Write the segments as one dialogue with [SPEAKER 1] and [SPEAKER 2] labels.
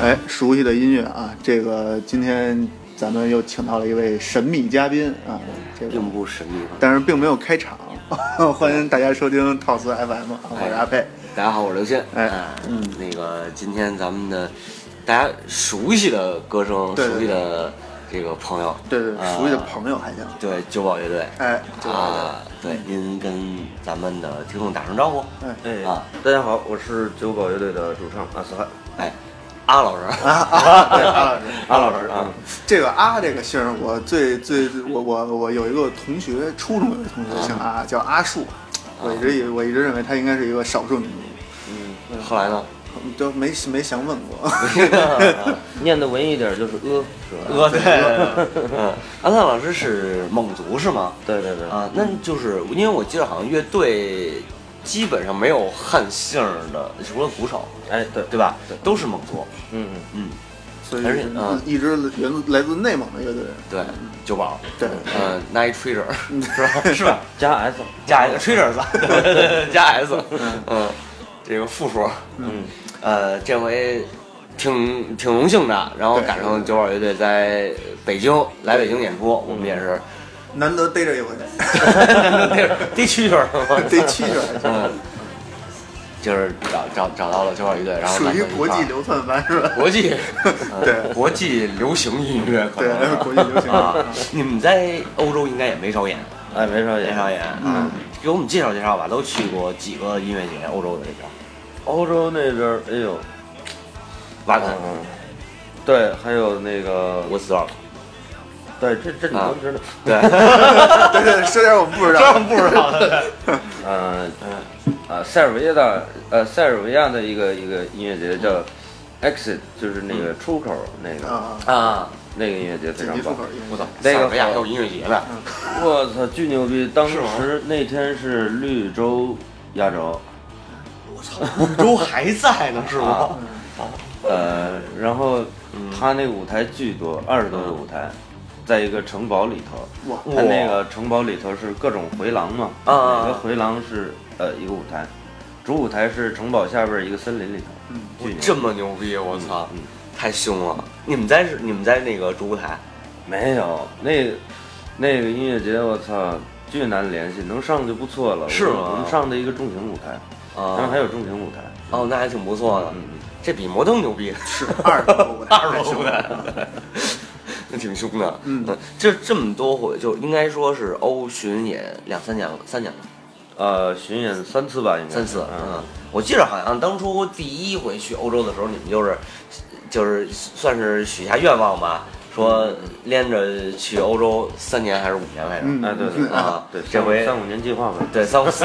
[SPEAKER 1] 哎，熟悉的音乐啊，这个今天咱们又请到了一位神秘嘉宾啊，这个
[SPEAKER 2] 并不神秘吧？
[SPEAKER 1] 但是并没有开场， 欢迎大家收听套词 FM，啊
[SPEAKER 2] 哎
[SPEAKER 1] 我是阿佩。
[SPEAKER 2] 大家好，我是刘鑫。
[SPEAKER 1] 哎
[SPEAKER 2] 啊那个今天咱们的大家熟悉的歌声，
[SPEAKER 1] 对对
[SPEAKER 2] 熟悉的这个朋友，
[SPEAKER 1] 对对，
[SPEAKER 2] 啊
[SPEAKER 1] 熟悉的朋友还行。
[SPEAKER 2] 对九宝乐队，
[SPEAKER 1] 哎，这个
[SPEAKER 2] 啊，对，您跟咱们的听众打声招呼，
[SPEAKER 1] 哎
[SPEAKER 3] 哎
[SPEAKER 2] 啊，
[SPEAKER 3] 大家好，我是九宝乐队的主唱啊阿斯汉。
[SPEAKER 2] 哎，阿老师，
[SPEAKER 1] 啊 对阿老师，嗯
[SPEAKER 2] 阿老师啊，
[SPEAKER 1] 这个阿这个姓儿，我最最我我我有一个同学，初中有一个同学姓
[SPEAKER 2] 啊
[SPEAKER 1] 阿，叫阿树，我一直以我一直认为他应该是一个少数民族，
[SPEAKER 2] 后来呢？
[SPEAKER 1] 都没没详问过。
[SPEAKER 3] 念的文艺点就是呃，是吧？
[SPEAKER 2] 呃，对，嗯，安赞老师是蒙族是吗？
[SPEAKER 3] 对对对，
[SPEAKER 2] 啊，那就是因为我记得好像乐队基本上没有汉姓儿的，除了鼓手，
[SPEAKER 3] 哎对，
[SPEAKER 2] 对吧？都是蒙族。
[SPEAKER 3] 嗯，
[SPEAKER 2] 嗯，
[SPEAKER 1] 所以
[SPEAKER 2] 而且嗯
[SPEAKER 1] 一支源自来自内蒙的乐队，
[SPEAKER 2] 对，九宝，
[SPEAKER 1] 对
[SPEAKER 2] 呃，Night Trader 是吧？是吧？
[SPEAKER 3] 加 S，
[SPEAKER 2] 加 Traders 加 S，嗯，这个复数，
[SPEAKER 3] 嗯，
[SPEAKER 2] 呃，这回挺挺荣幸的，然后
[SPEAKER 1] 对
[SPEAKER 2] 赶上九宝乐队在北京来北京演出，我们也是
[SPEAKER 1] 难得逮着一回，
[SPEAKER 2] 地区圈嘛，
[SPEAKER 1] 逮蛐蛐，
[SPEAKER 2] 嗯，就是找找找到了九宝乐队，然后
[SPEAKER 1] 属于
[SPEAKER 2] 来到一
[SPEAKER 1] 国
[SPEAKER 2] 块儿
[SPEAKER 1] 际流窜班是吧？
[SPEAKER 2] 国际，
[SPEAKER 1] 对
[SPEAKER 2] 国际流行音乐可能
[SPEAKER 1] 对国际流行
[SPEAKER 2] 啊。你们在欧洲应该也没少演，
[SPEAKER 3] 哎没少
[SPEAKER 2] 没
[SPEAKER 3] 演。
[SPEAKER 2] 少演
[SPEAKER 1] 嗯
[SPEAKER 2] 啊。给我们介绍介绍吧，都去过几个音乐节，欧洲的这边，
[SPEAKER 3] 欧洲那边儿，哎呦，
[SPEAKER 2] 瓦肯、
[SPEAKER 3] 嗯，对，还有那个，
[SPEAKER 2] 伍斯尔，
[SPEAKER 3] 对，这这你
[SPEAKER 2] 啊
[SPEAKER 3] 都知道。
[SPEAKER 2] 对，
[SPEAKER 1] 对对，说点我们 不知道，
[SPEAKER 2] 不知道的，
[SPEAKER 3] 嗯，啊，塞尔维亚的，呃，塞尔维亚的一个一个音乐节叫 Exit，就是那个出口那个
[SPEAKER 1] 啊，
[SPEAKER 2] 啊，
[SPEAKER 3] 那个音乐节非
[SPEAKER 1] 紧
[SPEAKER 3] 常
[SPEAKER 1] 急出
[SPEAKER 3] 棒
[SPEAKER 1] 口。音乐，
[SPEAKER 2] 我操，
[SPEAKER 3] 那个
[SPEAKER 2] 塞尔维亚还有音乐节呢，
[SPEAKER 3] 我操，巨牛逼！当
[SPEAKER 2] 是吗
[SPEAKER 3] 时那天是绿洲 压轴。
[SPEAKER 2] 我操，宇宙还在呢是吗
[SPEAKER 3] 啊？呃，然后他那个舞台巨多，二十多个舞台，
[SPEAKER 2] 嗯
[SPEAKER 3] 在一个城堡里头。
[SPEAKER 1] 哇
[SPEAKER 3] 他那个城堡里头是各种回廊嘛，
[SPEAKER 2] 啊啊啊
[SPEAKER 3] 每个回廊是呃一个舞台，主舞台是城堡下边一个森林里头。
[SPEAKER 1] 嗯
[SPEAKER 3] 巨牛
[SPEAKER 2] 这么牛逼，我操
[SPEAKER 3] 嗯，
[SPEAKER 2] 太凶了！你们在你们在那个主舞台，
[SPEAKER 3] 没有那那个音乐节，我操，巨难联系，能上就不错了。
[SPEAKER 2] 是吗
[SPEAKER 3] 我们上的一个重型舞台，然后
[SPEAKER 2] 啊
[SPEAKER 3] 还，有重型舞台。嗯
[SPEAKER 2] 哦，那还挺不错的，这比摩登牛逼。
[SPEAKER 1] 是二十多回，
[SPEAKER 2] 二十多的，那挺凶的。
[SPEAKER 1] 嗯，
[SPEAKER 2] 这这么多回，就应该说是欧巡演两三年了，三年了，
[SPEAKER 3] 呃，巡演三次吧，应该
[SPEAKER 2] 三次。
[SPEAKER 3] 嗯
[SPEAKER 2] 嗯，，我记得好像当初第一回去欧洲的时候，你们就是就是算是许下愿望吧，说连着去欧洲三年还是五年来着？
[SPEAKER 1] 嗯
[SPEAKER 3] 哎，对对
[SPEAKER 2] 啊
[SPEAKER 3] 对，
[SPEAKER 2] 这回
[SPEAKER 3] 三五年计划吧。
[SPEAKER 2] 对， 三五四，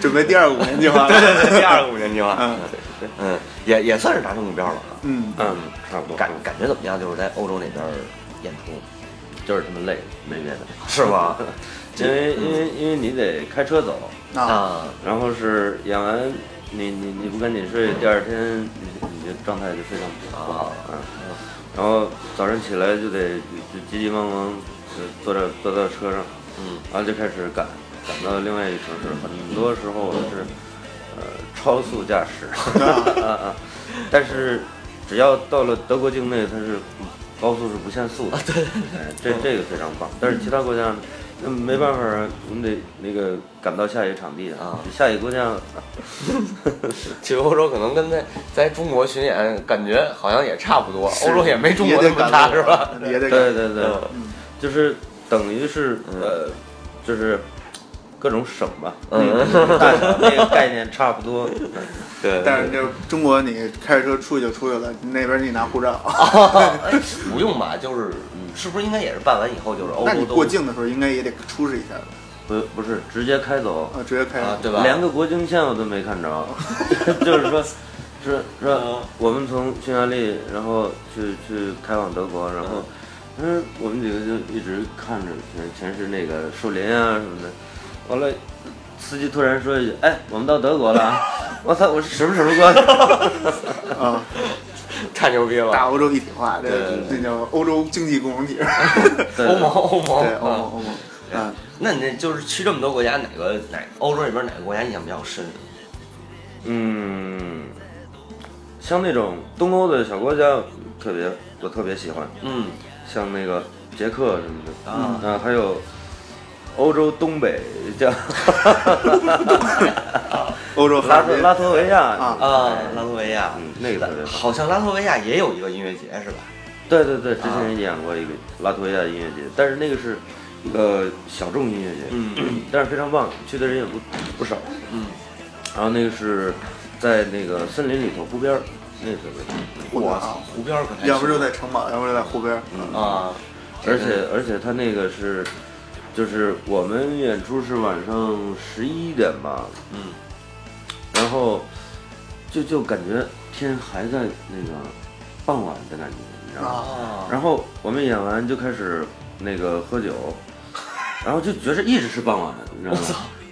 [SPEAKER 1] 准备第二个五年计划了，
[SPEAKER 2] 对对对，第二个五年计划，
[SPEAKER 1] 嗯
[SPEAKER 2] 嗯，也也算是达成目标了。啊
[SPEAKER 1] 嗯，
[SPEAKER 3] 嗯，差不多。
[SPEAKER 2] 感感觉怎么样？就是在欧洲那边儿演出，
[SPEAKER 3] 就是他妈累，没别的。
[SPEAKER 2] 是吗？
[SPEAKER 3] 因为因为因为你得开车走，
[SPEAKER 1] 啊，
[SPEAKER 2] 啊，
[SPEAKER 3] 然后是演完你你你不赶紧睡，第二天你你的状态就非常不好
[SPEAKER 2] 啊，
[SPEAKER 3] 嗯，然后早上起来就得就急急忙忙就坐在坐到车上，
[SPEAKER 2] 嗯，
[SPEAKER 3] 然后就开始赶赶到另外一个城市，很多时候我是呃超速驾驶，啊啊，但是只要到了德国境内，它是高速是不限速的，
[SPEAKER 2] 啊
[SPEAKER 3] 对，哎，这这个非常棒。但是其他国家呢，那没办法啊，我们得那个赶到下一个场地
[SPEAKER 2] 啊
[SPEAKER 3] 下一个国家，
[SPEAKER 2] 去欧洲可能跟在在中国巡演感觉好像也差不多， 欧洲也没中
[SPEAKER 1] 也
[SPEAKER 2] 国
[SPEAKER 1] 得
[SPEAKER 2] 那么
[SPEAKER 1] 赶
[SPEAKER 2] 大
[SPEAKER 1] 路
[SPEAKER 2] 是吧？？
[SPEAKER 1] 也得
[SPEAKER 3] 对
[SPEAKER 1] 赶
[SPEAKER 3] 对对，
[SPEAKER 2] 嗯
[SPEAKER 3] 就是等于是呃，就是各种省吧，
[SPEAKER 2] 嗯
[SPEAKER 3] 那个大小那个概念差不多，
[SPEAKER 2] 对
[SPEAKER 1] 但是就是中国，你开着车出去就出去了，那边你拿护照，
[SPEAKER 2] 啊不用吧，就是嗯是不是应该也是办完以后就是欧
[SPEAKER 1] 那你
[SPEAKER 2] 洲
[SPEAKER 1] 过
[SPEAKER 2] 都啊
[SPEAKER 1] 境的时候应该也得出示一下吧，
[SPEAKER 3] 不不是直接开走，
[SPEAKER 1] 啊，直接开
[SPEAKER 2] 啊，对吧？
[SPEAKER 3] 连个国境线我都没看着，就是说，是说我们从匈牙利，然后去去开往德国，然后，嗯，我们几个就一直看着全全是那个树林啊什么的，完了，司机突然说一句：“哎，我们到德国了啊！”我操，我是什么什么国家？
[SPEAKER 1] 啊，
[SPEAKER 2] 太牛逼
[SPEAKER 1] 大
[SPEAKER 2] 了，
[SPEAKER 1] 欧洲一体化，这
[SPEAKER 2] 对对
[SPEAKER 1] 这叫欧洲经济共同体，
[SPEAKER 3] 对
[SPEAKER 2] 欧 盟欧盟
[SPEAKER 1] 对，欧盟
[SPEAKER 2] 嗯
[SPEAKER 1] 欧盟，嗯，
[SPEAKER 2] 那你就是去这么多国家，哪个哪欧洲里边哪个国家印象比较深？
[SPEAKER 3] 嗯，像那种东欧的小国家，特别我特别喜欢，
[SPEAKER 2] 嗯
[SPEAKER 3] 像那个捷克什么的
[SPEAKER 2] 啊
[SPEAKER 3] 啊，还有欧洲东北 叫
[SPEAKER 1] 欧洲哈
[SPEAKER 3] 拉
[SPEAKER 1] 尔
[SPEAKER 3] 脱
[SPEAKER 1] 滨
[SPEAKER 3] 拉脱维亚
[SPEAKER 1] 啊
[SPEAKER 2] 啊，拉脱维亚，
[SPEAKER 3] 嗯，那个特别好。
[SPEAKER 2] 好像拉脱维亚也有一个音乐节是吧？
[SPEAKER 3] 对对对，之前也演过一个拉脱维亚音乐节，但是那个是一个小众音乐节，
[SPEAKER 2] 嗯
[SPEAKER 3] 但是非常棒，去的人也不不少。
[SPEAKER 2] 嗯，
[SPEAKER 3] 然后那个是在那个森林里头湖边儿，那个特别棒。
[SPEAKER 2] 我操，
[SPEAKER 3] 啊
[SPEAKER 2] 湖边儿可太
[SPEAKER 1] 要不就
[SPEAKER 2] 行
[SPEAKER 1] 在嗯城堡，要不就在湖边儿。
[SPEAKER 3] 嗯
[SPEAKER 2] 啊，
[SPEAKER 3] 而且而且他那个是，就是我们演出是晚上十一点吧，
[SPEAKER 2] 嗯
[SPEAKER 3] 然后就就感觉天还在那个傍晚的感觉，你知道吗？
[SPEAKER 1] 啊
[SPEAKER 2] 啊，
[SPEAKER 3] 然后我们演完就开始那个喝酒，然后就觉着一直是傍晚，你知道吗？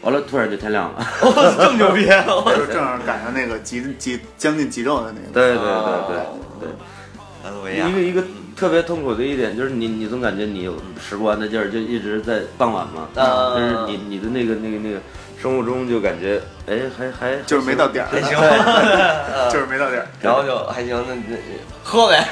[SPEAKER 3] 完了，突然就天亮了。
[SPEAKER 2] 我这么牛逼，啊
[SPEAKER 1] 就正好赶上那个极极将近极昼的那个。
[SPEAKER 3] 对对对对
[SPEAKER 2] 啊
[SPEAKER 3] 对，
[SPEAKER 2] 拉脱维亚
[SPEAKER 3] 因，为一个特别痛苦的一点就是你，你总感觉你有使不完的劲儿，就一直在傍晚嘛。
[SPEAKER 2] 啊
[SPEAKER 3] 但是你你的那个那个那个生物钟就感觉，哎，还还
[SPEAKER 1] 就是没到点
[SPEAKER 3] 哎
[SPEAKER 2] 还
[SPEAKER 1] 儿，
[SPEAKER 2] 行，
[SPEAKER 1] 就是没到点
[SPEAKER 3] 嗯
[SPEAKER 1] 儿。
[SPEAKER 2] 然后就还行，那那喝呗，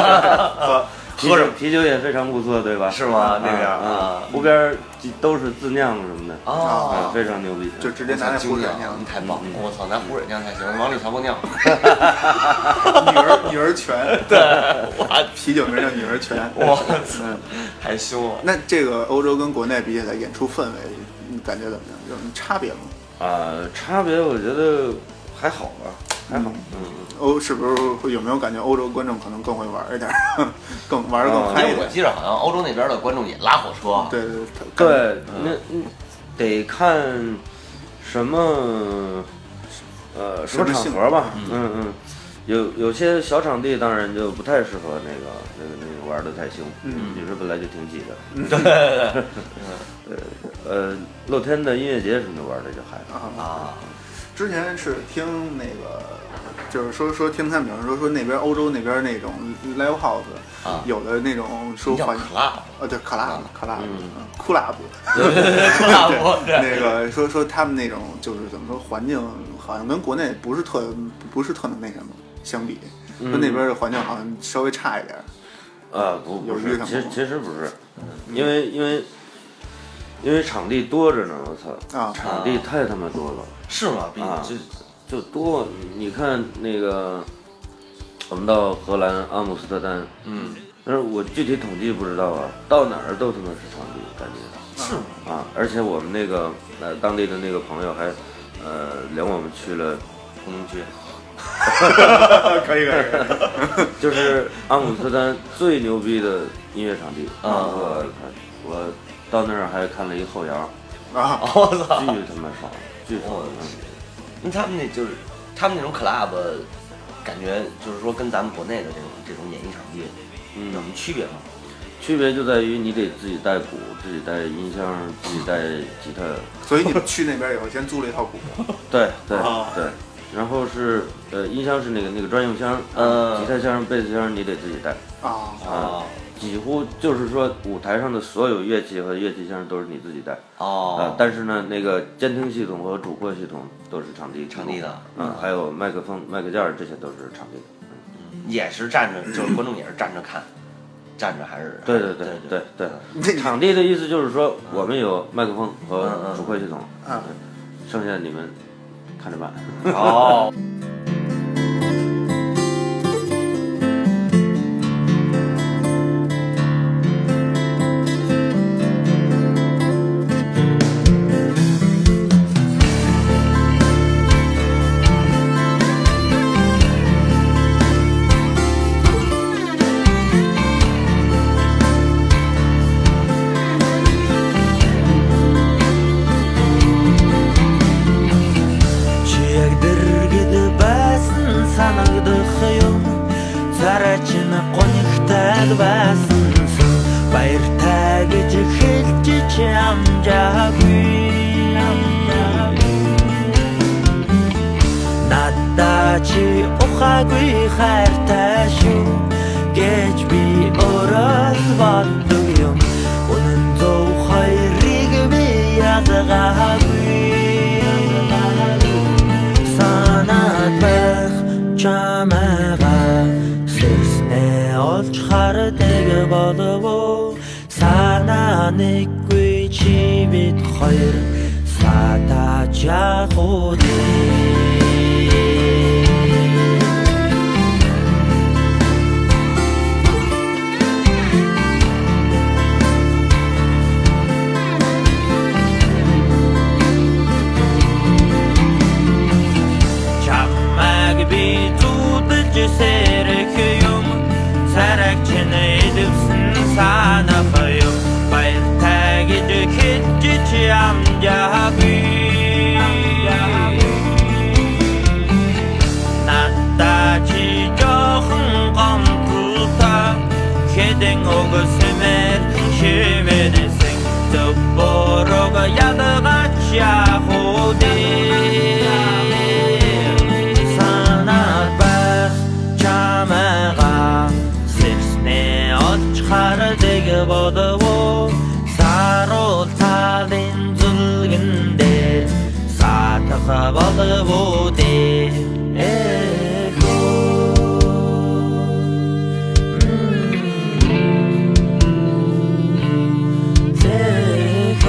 [SPEAKER 1] 喝
[SPEAKER 3] 啤酒
[SPEAKER 2] 喝着
[SPEAKER 3] 啤酒也非常不错，对吧？
[SPEAKER 2] 是吗
[SPEAKER 3] 啊
[SPEAKER 2] 那边儿
[SPEAKER 3] 啊
[SPEAKER 2] 啊，
[SPEAKER 3] 湖边儿都是自酿什么的，
[SPEAKER 2] 啊嗯
[SPEAKER 3] 啊，。非常牛逼。
[SPEAKER 1] 就直接拿那壶
[SPEAKER 2] 精
[SPEAKER 1] 水
[SPEAKER 2] 酿
[SPEAKER 1] 酿，
[SPEAKER 2] 你太棒！我操，拿壶水酿才行，往里调泡尿。
[SPEAKER 3] 啊
[SPEAKER 1] 女儿女儿 泉，
[SPEAKER 2] 对， 我
[SPEAKER 1] 啤酒名叫女儿泉。
[SPEAKER 2] 我操，太凶了。
[SPEAKER 1] 那这个欧洲跟国内比起来，演出氛围你感觉怎么样？有什么差别吗？
[SPEAKER 3] 啊，差别我觉得还好吧，还好，嗯，
[SPEAKER 1] 欧是不是会有没有感觉欧洲观众可能更会玩一点儿， 更玩的更
[SPEAKER 3] 啊
[SPEAKER 2] 因
[SPEAKER 1] 嗨一
[SPEAKER 2] 哎为我
[SPEAKER 1] 点？
[SPEAKER 2] 记着好像欧洲那边的观众也拉火车，
[SPEAKER 1] 对对对对，
[SPEAKER 3] 对，那嗯得看什么呃什
[SPEAKER 1] 什么
[SPEAKER 3] 么场
[SPEAKER 1] 性
[SPEAKER 3] 合吧，嗯嗯，有有些小场地当然就不太适合那个那个那个玩的太凶，
[SPEAKER 1] 嗯
[SPEAKER 3] 有时候本来就挺挤的， 对，呃露天的音乐节什么的玩的就还好，
[SPEAKER 1] 啊，
[SPEAKER 2] 啊，
[SPEAKER 1] 之前是听那个，就是说说听他们有人说说那边欧洲那边那种 live house，、
[SPEAKER 2] 啊
[SPEAKER 1] 有的那种说
[SPEAKER 2] 你叫
[SPEAKER 1] 环
[SPEAKER 2] 可辣，
[SPEAKER 1] 呃对 club club
[SPEAKER 3] 嗯
[SPEAKER 1] club
[SPEAKER 2] 可辣 不？对，
[SPEAKER 1] 那个说说他们那种就是怎么说环境好像跟国内不是特不是特能那什么相比，说那边的环境好像稍微差一点儿。
[SPEAKER 3] 啊不不
[SPEAKER 1] 有遇
[SPEAKER 3] 是，
[SPEAKER 1] 上
[SPEAKER 3] 其实
[SPEAKER 1] 过吗
[SPEAKER 3] 其实不是，因为因为因为场地多着呢，我
[SPEAKER 1] 啊
[SPEAKER 3] 操，场地太他妈多了。
[SPEAKER 2] 是吗？比
[SPEAKER 3] 啊
[SPEAKER 2] 这
[SPEAKER 3] 就多，你你看那个，我们到荷兰阿姆斯特丹，
[SPEAKER 2] 嗯
[SPEAKER 3] 但是我具体统计不知道啊，到哪儿都他妈是场地，感觉
[SPEAKER 2] 是吗？
[SPEAKER 3] 啊，而且我们那个呃当地的那个朋友还，呃领我们去了红灯区，
[SPEAKER 1] 可以可以，可以
[SPEAKER 3] 就是阿姆斯特丹最牛逼的音乐场地
[SPEAKER 2] 啊
[SPEAKER 3] 我我到那儿还看了一后摇，
[SPEAKER 1] 啊，
[SPEAKER 2] 哦我操
[SPEAKER 3] 巨，他妈爽，巨爽
[SPEAKER 2] 我，那他们那就是他们那种 club，感觉就是说跟咱们国内的这种这种演艺场地有什
[SPEAKER 3] 嗯，
[SPEAKER 2] 么区别吗？
[SPEAKER 3] 区别就在于你得自己带鼓，自己带音箱，自己带吉他。
[SPEAKER 1] 所以你们去那边以后先租了一套鼓，
[SPEAKER 3] 对对
[SPEAKER 1] 啊
[SPEAKER 3] 对，然后是呃，音箱是那个那个专用箱，
[SPEAKER 2] 嗯
[SPEAKER 3] 吉他箱、贝斯箱你得自己带，
[SPEAKER 1] 啊
[SPEAKER 2] 哦
[SPEAKER 3] 几乎就是说舞台上的所有乐器和乐器箱都是你自己带啊、
[SPEAKER 2] 哦，
[SPEAKER 3] 但是呢，那个监听系统和主播系统都是场地
[SPEAKER 2] 场地的嗯
[SPEAKER 3] 啊、还有麦克风、麦克架儿这些都是场地的。
[SPEAKER 2] 也是站着，就是观众也是站着看，站着还是
[SPEAKER 3] 对对
[SPEAKER 2] 对
[SPEAKER 3] 对对对
[SPEAKER 1] 这
[SPEAKER 3] 场地的意思就是说，我们有麦克风
[SPEAKER 2] 嗯
[SPEAKER 3] 和
[SPEAKER 2] 嗯
[SPEAKER 3] 主播系统，
[SPEAKER 1] 啊
[SPEAKER 3] 剩下你们看着办。
[SPEAKER 2] 哦，
[SPEAKER 4] сүйектер кеді басын санаңды құйын зарачыны қонықтар басын сын байыртағы жіхілчі чам Надачи ухагуй харташу Геч би ораз ваттугюм Унын зоу хайриги би языгагуй Санат бэх чам намайга Сэснэ олж хардаг болов уу Санаанэггүй чи бид хоёр Сатаж яах үү Чаммаг би зүудж сэрэх юм Сараг чинь эдвсэн сана хоёо Баяр тагид хэж чи амжаагүй Надаа чи жоохон гомдулта Хэдэн өгсмээр хэмээнэсэн Зөв борог ядгач яхуудээ Санаад байх чамайгаа Сэрснээ олж хардаг болов уу Сарул цаалын зүлгэн дээр Сатах болов уу дээ Mm.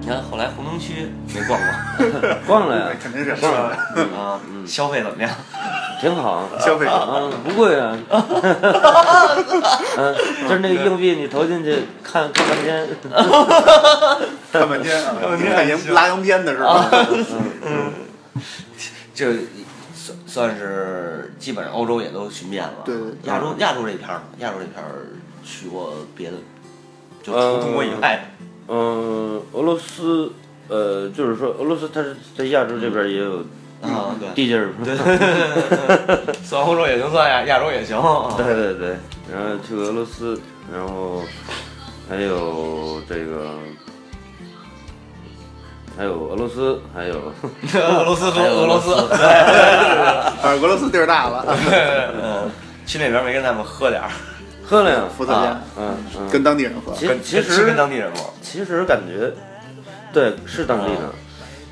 [SPEAKER 2] 你看后来红灯区没逛
[SPEAKER 3] 逛了呀，
[SPEAKER 1] 肯定是
[SPEAKER 3] 逛了，
[SPEAKER 2] 过 啊，消费怎么样？
[SPEAKER 3] 挺好。
[SPEAKER 1] 消费
[SPEAKER 3] 啊，不贵啊。嗯，就是那个硬币，你投进去看看半天。
[SPEAKER 1] 看半天啊，你看人拉洋片的是吧？
[SPEAKER 2] 这算算是基本上欧洲也都巡遍了。
[SPEAKER 1] 对对对
[SPEAKER 2] 亚洲亚洲这一片儿呢，亚洲这一片儿去过别的，就除
[SPEAKER 3] 呃
[SPEAKER 2] 中国以外，
[SPEAKER 3] 嗯，俄罗斯，呃，就是说俄罗斯，它是在亚洲这边也有
[SPEAKER 2] 啊，对，
[SPEAKER 3] 地界儿。
[SPEAKER 2] 对对对对对，算欧洲也行，算亚亚洲也行。
[SPEAKER 3] 对对对，然后去俄罗斯，然后还有这个，还有俄罗斯，还有
[SPEAKER 2] 俄罗斯和
[SPEAKER 3] 还有
[SPEAKER 2] 俄
[SPEAKER 3] 俄
[SPEAKER 2] 罗
[SPEAKER 3] 罗
[SPEAKER 2] 斯
[SPEAKER 3] 斯，
[SPEAKER 1] 反呃正俄罗斯地儿大了，
[SPEAKER 2] 嗯，去那边没跟他们喝点儿，
[SPEAKER 3] 喝了呀，
[SPEAKER 1] 伏特
[SPEAKER 2] 啊
[SPEAKER 1] 加，
[SPEAKER 3] 嗯嗯，
[SPEAKER 1] 跟当地人喝。
[SPEAKER 3] 其
[SPEAKER 2] 跟
[SPEAKER 3] 其
[SPEAKER 2] 是跟
[SPEAKER 3] 实
[SPEAKER 2] 当地人吗？
[SPEAKER 3] 其实感觉，对，是当地的。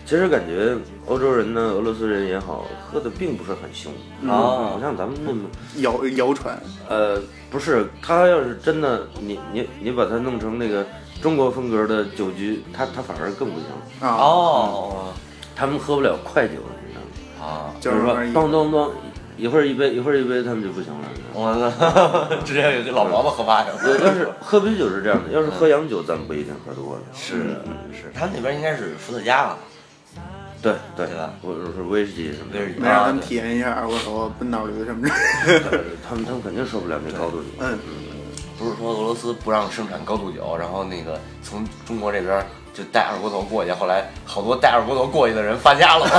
[SPEAKER 3] 其实感觉欧洲人呢，俄罗斯人也好，喝的并不是很凶
[SPEAKER 2] 啊
[SPEAKER 3] 不像咱们那么
[SPEAKER 1] 谣谣传，
[SPEAKER 3] 呃，不是，他要是真的，你你你把它弄成那个中国风格的酒局，他他反而更不行，
[SPEAKER 1] 啊，
[SPEAKER 2] 哦，
[SPEAKER 3] 他们喝不了快酒，你知道吗？
[SPEAKER 2] 啊，
[SPEAKER 1] 就
[SPEAKER 3] 就是是说
[SPEAKER 1] 说一
[SPEAKER 3] 咚咚咚，一会儿一杯，一会儿一杯，他们就不行了。你知道吗
[SPEAKER 2] 我 操，直接给老毛子喝趴下
[SPEAKER 3] 有
[SPEAKER 2] 了。
[SPEAKER 3] 要是喝啤酒是这样的，要是喝洋酒，咱们不一定喝得过去。
[SPEAKER 2] 是是，他们那边应该是伏特加吧？
[SPEAKER 3] 对对
[SPEAKER 2] 对吧，
[SPEAKER 3] 我我是威士忌什么的
[SPEAKER 2] 威士忌
[SPEAKER 1] 没让他们体验一下二锅头、奔脑驴什么的。
[SPEAKER 3] 对 他们他们肯定受不了那高度酒。
[SPEAKER 1] 嗯，
[SPEAKER 2] 不是说俄罗斯不让生产高度酒，然后那个从中国这边就带二锅头过去，后来好多带二锅头过去的人发家了嘛。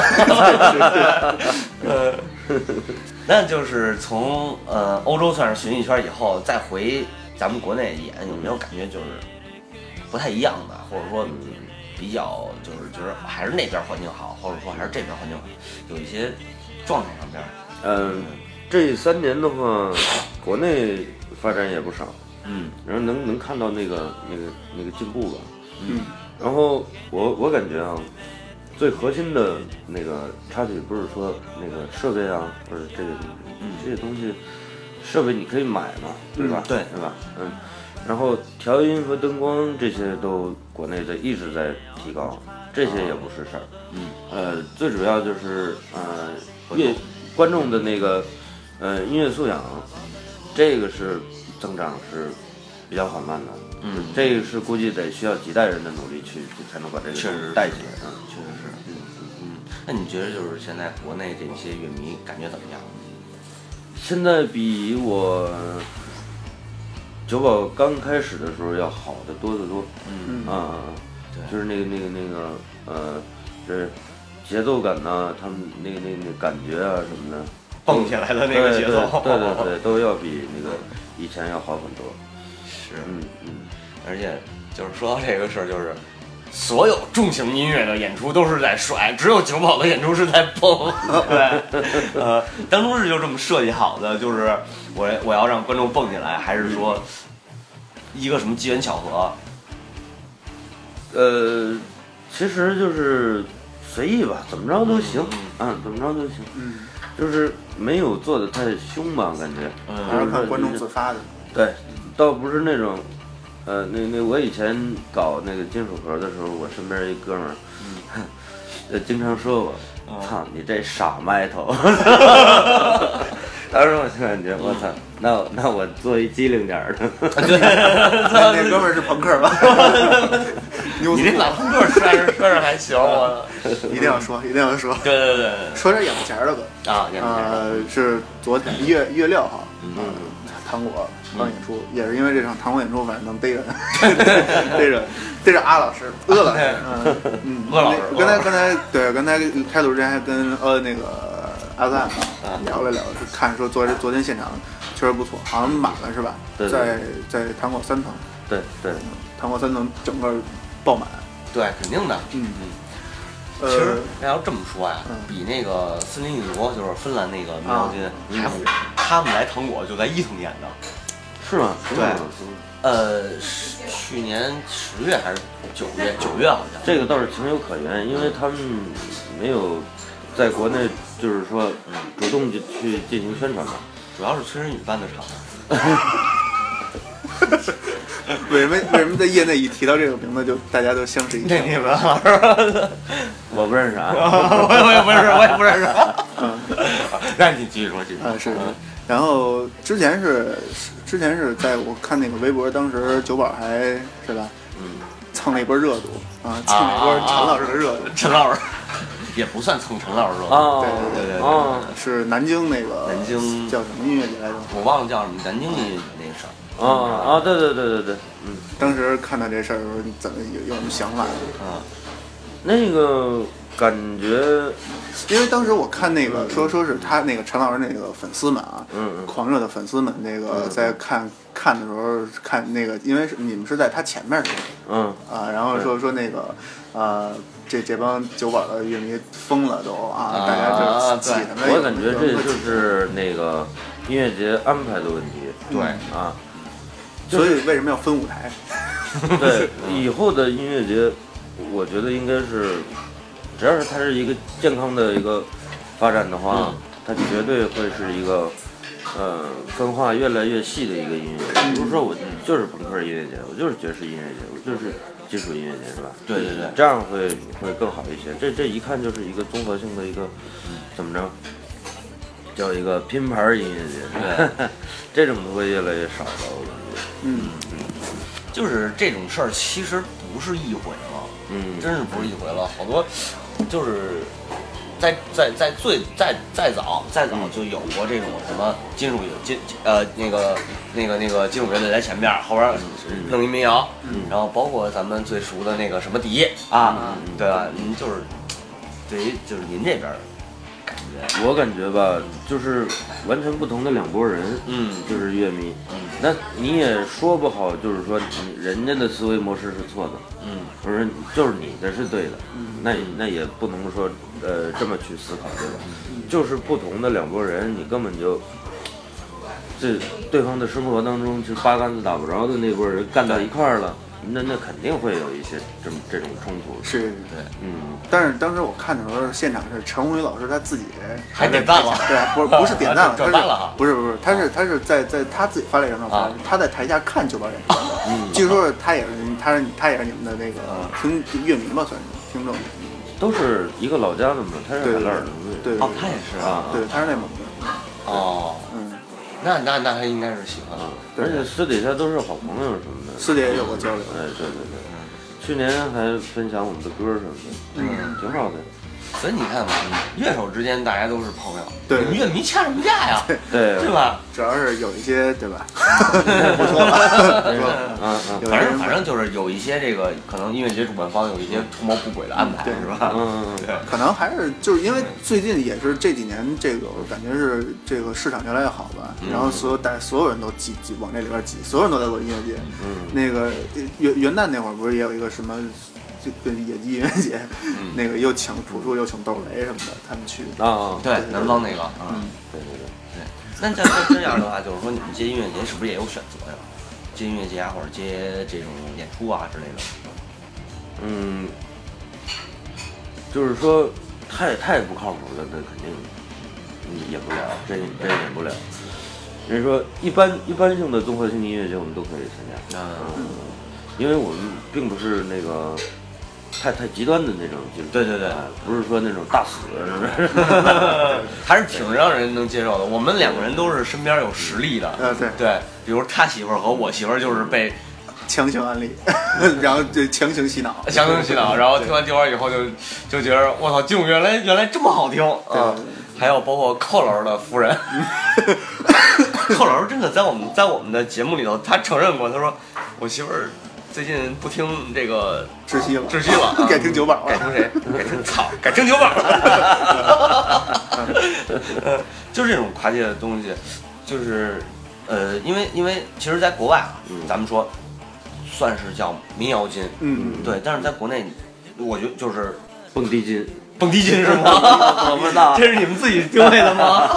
[SPEAKER 2] 呃那就是从呃欧洲算是巡一圈以后，再回咱们国内演，有没有感觉就是不太一样的，或者说比较就是觉得还是那边环境好，或者说还是这边环境好，有一些状态上边儿，
[SPEAKER 3] 嗯，这三年的话，国内发展也不少，
[SPEAKER 2] 嗯
[SPEAKER 3] 然后能能看到那个那个那个进步吧。
[SPEAKER 1] 嗯，
[SPEAKER 3] 然后我我感觉啊，最核心的那个插曲不是说那个设备啊，或者这些东西，
[SPEAKER 2] 嗯
[SPEAKER 3] 这些东西设备你可以买嘛，对吧？
[SPEAKER 2] 对
[SPEAKER 3] 对吧？嗯。然后调音和灯光这些都国内的一直在提高，这些也不是事儿。
[SPEAKER 2] 嗯。
[SPEAKER 3] 呃，最主要就是呃乐观众的那个呃音乐素养，这个是增长是比较缓慢的。
[SPEAKER 2] 嗯
[SPEAKER 3] 这个是估计得需要几代人的努力去去才能把这个
[SPEAKER 2] 确实是
[SPEAKER 3] 带起来。嗯
[SPEAKER 2] 确实是。嗯，那你觉得就是现在国内这些乐迷感觉怎么样？
[SPEAKER 3] 现在比我九宝刚开始的时候要好得多得多。
[SPEAKER 2] 嗯
[SPEAKER 3] 啊，
[SPEAKER 2] 对
[SPEAKER 3] 就是那个那个那个呃，就是节奏感呐、他们那个那个那个感觉啊什么的，
[SPEAKER 2] 蹦起来的那个节奏，
[SPEAKER 3] 对对对 对，都要比那个以前要好很多。
[SPEAKER 2] 是。
[SPEAKER 3] 嗯嗯，
[SPEAKER 2] 而且就是说到这个事儿，就是所有重型音乐的演出都是在甩，只有九宝的演出是在蹦。 对，呃，当初是就这么设计好的，就是我我要让观众蹦起来，还是说一个什么机缘巧合？
[SPEAKER 3] 呃，其实就是随意吧，怎么着都行，嗯，怎么着都行，
[SPEAKER 1] 嗯，
[SPEAKER 3] 就是没有做的太凶吧，我感觉。
[SPEAKER 1] 还
[SPEAKER 2] 嗯
[SPEAKER 1] 是看观众自发的。
[SPEAKER 3] 对，倒不是那种，呃，那那我以前搞那个金属盒的时候，我身边一哥们儿，
[SPEAKER 2] 嗯
[SPEAKER 3] 呃，经常说
[SPEAKER 2] 啊
[SPEAKER 3] 我，操、你这傻麦 头，当时我就感觉，我操，
[SPEAKER 2] 嗯
[SPEAKER 3] 那我那我做一机灵点儿的，
[SPEAKER 2] 啊
[SPEAKER 1] 那哎那哥们儿是朋克吧？ 牛
[SPEAKER 2] 嗯 你
[SPEAKER 1] 逼
[SPEAKER 2] 这老扑克摔着摔着还行，我。
[SPEAKER 1] 一定要说，一定要说，
[SPEAKER 2] 对对对
[SPEAKER 1] 说点眼前的吧。
[SPEAKER 2] 对，啊，演员
[SPEAKER 1] 呃，是昨天一月一月六号，嗯，糖果刚演出，
[SPEAKER 2] 嗯
[SPEAKER 1] 也是因为这场糖果演出，反正能 逮着，逮着逮着阿老师，鄂老师， 嗯，
[SPEAKER 2] 鄂啊老师
[SPEAKER 1] 刚才刚才对，刚才开录之前还跟呃那个阿赞
[SPEAKER 2] 啊
[SPEAKER 1] 聊了聊，就看说昨昨天现场确实不错，好像满了是吧？
[SPEAKER 3] 对对
[SPEAKER 1] 在在糖果三层，
[SPEAKER 3] 对对，
[SPEAKER 1] 糖果三层整个爆满，
[SPEAKER 2] 对，肯定的。
[SPEAKER 1] 嗯，
[SPEAKER 2] 其实
[SPEAKER 1] 呃，
[SPEAKER 2] 那要这么说呀
[SPEAKER 1] 嗯，
[SPEAKER 2] 比那个《森林帝国》就是芬兰那个民谣军还火。他们来糖果就在一层演的，
[SPEAKER 3] 是吗？
[SPEAKER 2] 对呃，是去年十月还是九月？九月好像。
[SPEAKER 3] 这个倒是情有可原，因为他们没有在国内就是说
[SPEAKER 2] 嗯
[SPEAKER 3] 主动去去进行宣传吧。
[SPEAKER 2] 主要是崔振宇办的场。
[SPEAKER 1] 为什么为什么在业内一提到这个名字，就大家都相识一笑？
[SPEAKER 2] 你们老师，
[SPEAKER 3] 我不认识啊，
[SPEAKER 2] 我也我也不认识，我也不认 识。让你继续说，继续说。
[SPEAKER 1] 啊，是是。然后之前是之前是在我看那个微博，当时九宝还是吧，
[SPEAKER 2] 嗯，
[SPEAKER 1] 蹭了一波热度啊，蹭了一波陈老师的热度。
[SPEAKER 2] 嗯陈老师啊也不算蹭陈老师热度，
[SPEAKER 3] 哦，
[SPEAKER 1] 对
[SPEAKER 2] 对对
[SPEAKER 3] 哦，
[SPEAKER 1] 是南京那个
[SPEAKER 2] 南京
[SPEAKER 1] 叫什么音乐节来着？
[SPEAKER 2] 我忘了叫什么南京音乐节那个事儿。
[SPEAKER 3] 啊啊，对对对对对，嗯，
[SPEAKER 1] 当时看到这事儿的时候，你怎么有有什么想法？
[SPEAKER 2] 啊，
[SPEAKER 3] 那个感觉，
[SPEAKER 1] 因为当时我看那个说说是他那个陈老师那个粉丝们啊，
[SPEAKER 3] 嗯
[SPEAKER 1] 狂热的粉丝们那个在看看的时候看那个，因为是你们是在他前面儿看的
[SPEAKER 3] 嗯
[SPEAKER 1] 啊，然后说说那个呃，这这帮酒馆的乐迷疯了都啊，
[SPEAKER 2] 啊
[SPEAKER 1] 大家就挤
[SPEAKER 2] 对
[SPEAKER 1] 的没有
[SPEAKER 3] 我感觉这
[SPEAKER 1] 没有
[SPEAKER 3] 就是那个音乐节安排的问题。
[SPEAKER 2] 对
[SPEAKER 3] 啊，
[SPEAKER 1] 所以为什么要分舞台？
[SPEAKER 3] 对，以后的音乐节，我觉得应该是，只要是它是一个健康的一个发展的
[SPEAKER 2] 嗯
[SPEAKER 3] 话，它绝对会是一个，呃，分化越来越细的一个音乐
[SPEAKER 2] 嗯
[SPEAKER 3] 节。比如说，我就是朋克音乐节，我就是爵士音乐节，我就是金属音乐节，是吧？
[SPEAKER 2] 对对对
[SPEAKER 3] 这样会会更好一些。这这一看就是一个综合性的一个，
[SPEAKER 2] 嗯
[SPEAKER 3] 怎么着？叫一个拼盘儿音乐节， 这种都会越来越少了，我感觉。
[SPEAKER 1] 嗯，
[SPEAKER 2] 就是这种事儿，其实不是一回了，
[SPEAKER 3] 嗯
[SPEAKER 2] 真是不是一回了。好多就是在在在最再再早再早就有过这种什么金属乐金呃那个那个那个金属乐队在前边儿，后边儿弄一民谣，然后包括咱们最熟的那个什么迪啊，对吧？您就是对于就是您这边儿感觉，
[SPEAKER 3] 我感觉吧，就是完全不同的两拨人，
[SPEAKER 2] 嗯
[SPEAKER 3] 就是乐迷。那你也说不好，就是说人家的思维模式是错的，
[SPEAKER 2] 嗯，
[SPEAKER 3] 不是就是你的是对的，
[SPEAKER 1] 嗯
[SPEAKER 3] 那那也不能说呃这么去思考，对吧？
[SPEAKER 1] 嗯
[SPEAKER 3] 就是不同的两拨人，你根本就这对方的生活当中就八竿子打不着的那拨人干到一块儿了，那那肯定会有一些这么这种冲突。
[SPEAKER 1] 是。
[SPEAKER 3] 嗯，
[SPEAKER 1] 但是当时我看的时候，现场是陈红宇老师他自己
[SPEAKER 2] 还点赞了
[SPEAKER 1] 对，不是不是点赞了，他
[SPEAKER 2] 转
[SPEAKER 1] 是
[SPEAKER 2] 发了哈
[SPEAKER 1] 不是不是，他是他是在在他自己发了一张照
[SPEAKER 2] 啊
[SPEAKER 1] 片，他在台下看九八演出来的，据说他也是他是他也是你们的那个听乐迷吧，算是听众，
[SPEAKER 3] 都是一个老家的嘛，他是
[SPEAKER 1] 对
[SPEAKER 3] 海
[SPEAKER 1] 对
[SPEAKER 3] 拉
[SPEAKER 1] 对
[SPEAKER 3] 尔的，
[SPEAKER 1] 对
[SPEAKER 2] 哦，他也是
[SPEAKER 3] 啊，啊。
[SPEAKER 1] 对，他是内蒙的，
[SPEAKER 2] 哦，
[SPEAKER 1] 嗯，
[SPEAKER 2] 那那那他应该是喜欢了，
[SPEAKER 1] 对
[SPEAKER 3] 而且私底下都是好朋友什么的。
[SPEAKER 1] 私底下也有过交流
[SPEAKER 3] 哎，对对对，去年还分享我们的歌什么的，嗯，挺好的。
[SPEAKER 2] 所以你看嘛，乐手之间大家都是朋友，
[SPEAKER 1] 对
[SPEAKER 2] 你乐迷掐什么架呀？
[SPEAKER 3] 对
[SPEAKER 2] 对吧？
[SPEAKER 1] 主要是有一些对吧？不说了，不说了，
[SPEAKER 3] 嗯嗯
[SPEAKER 1] 有一些
[SPEAKER 2] 啊反正反正就是有一些这个可能音乐节主办方有一些图谋不轨的安排，
[SPEAKER 1] 对
[SPEAKER 2] 是吧？
[SPEAKER 3] 嗯嗯
[SPEAKER 2] 对，
[SPEAKER 1] 可能还是就是因为最近也是这几年，这个我感觉是这个市场越来越好吧，
[SPEAKER 2] 嗯
[SPEAKER 1] 然后所有大家所有人都挤挤往这里边挤，所有人都在做音乐
[SPEAKER 2] 嗯
[SPEAKER 1] 节。
[SPEAKER 3] 嗯
[SPEAKER 1] 那个呃元元旦那会儿不是也有一个什么这个野鸡音乐节，那个又请朴树又请窦唯什么的，他们去。
[SPEAKER 3] 啊啊，
[SPEAKER 2] 对，南方那个，嗯，
[SPEAKER 3] 对对对，
[SPEAKER 2] 对。那这这这样的话，就是说你们接音乐节是不是也有选择呀？接音乐节啊，或者接这种演出啊之类的。
[SPEAKER 3] 嗯，就是说太太不靠谱了，那肯定嗯演不了，真真演不了。人家说一般一般性的综合性音乐节我们都可以参加，
[SPEAKER 2] 嗯，
[SPEAKER 3] 因为我们并不是那个太太极端的那种就是
[SPEAKER 2] 对对对
[SPEAKER 3] 哎不是说那种大死什么的。
[SPEAKER 2] 还是挺让人能接受的。我们两个人都是身边有实力的，
[SPEAKER 1] 呃，对，
[SPEAKER 2] 对，比如他媳妇儿和我媳妇儿就是被
[SPEAKER 1] 强行安利，
[SPEAKER 2] 嗯
[SPEAKER 1] 然后就强行洗脑。
[SPEAKER 2] 强行洗脑，然后听完这玩意儿以后就就觉得我操，静原来原来这么好听啊！还有包括寇老师的夫人，寇老师真的在我们在我们的节目里头，他承认过，他说我媳妇儿最近不听这个
[SPEAKER 1] 窒息了
[SPEAKER 2] 窒息了，啊
[SPEAKER 1] 改听九宝了
[SPEAKER 2] 改听谁？改听操，改听九宝了。就是这种跨界的东西，就是呃，因为因为其实，在国外啊，咱们说算是叫民谣金，
[SPEAKER 1] 嗯，
[SPEAKER 2] 对，但是在国内，我觉得就是
[SPEAKER 3] 蹦迪金，
[SPEAKER 2] 蹦迪金 是吗？
[SPEAKER 3] 我不知道啊
[SPEAKER 2] 这是你们自己定位的吗？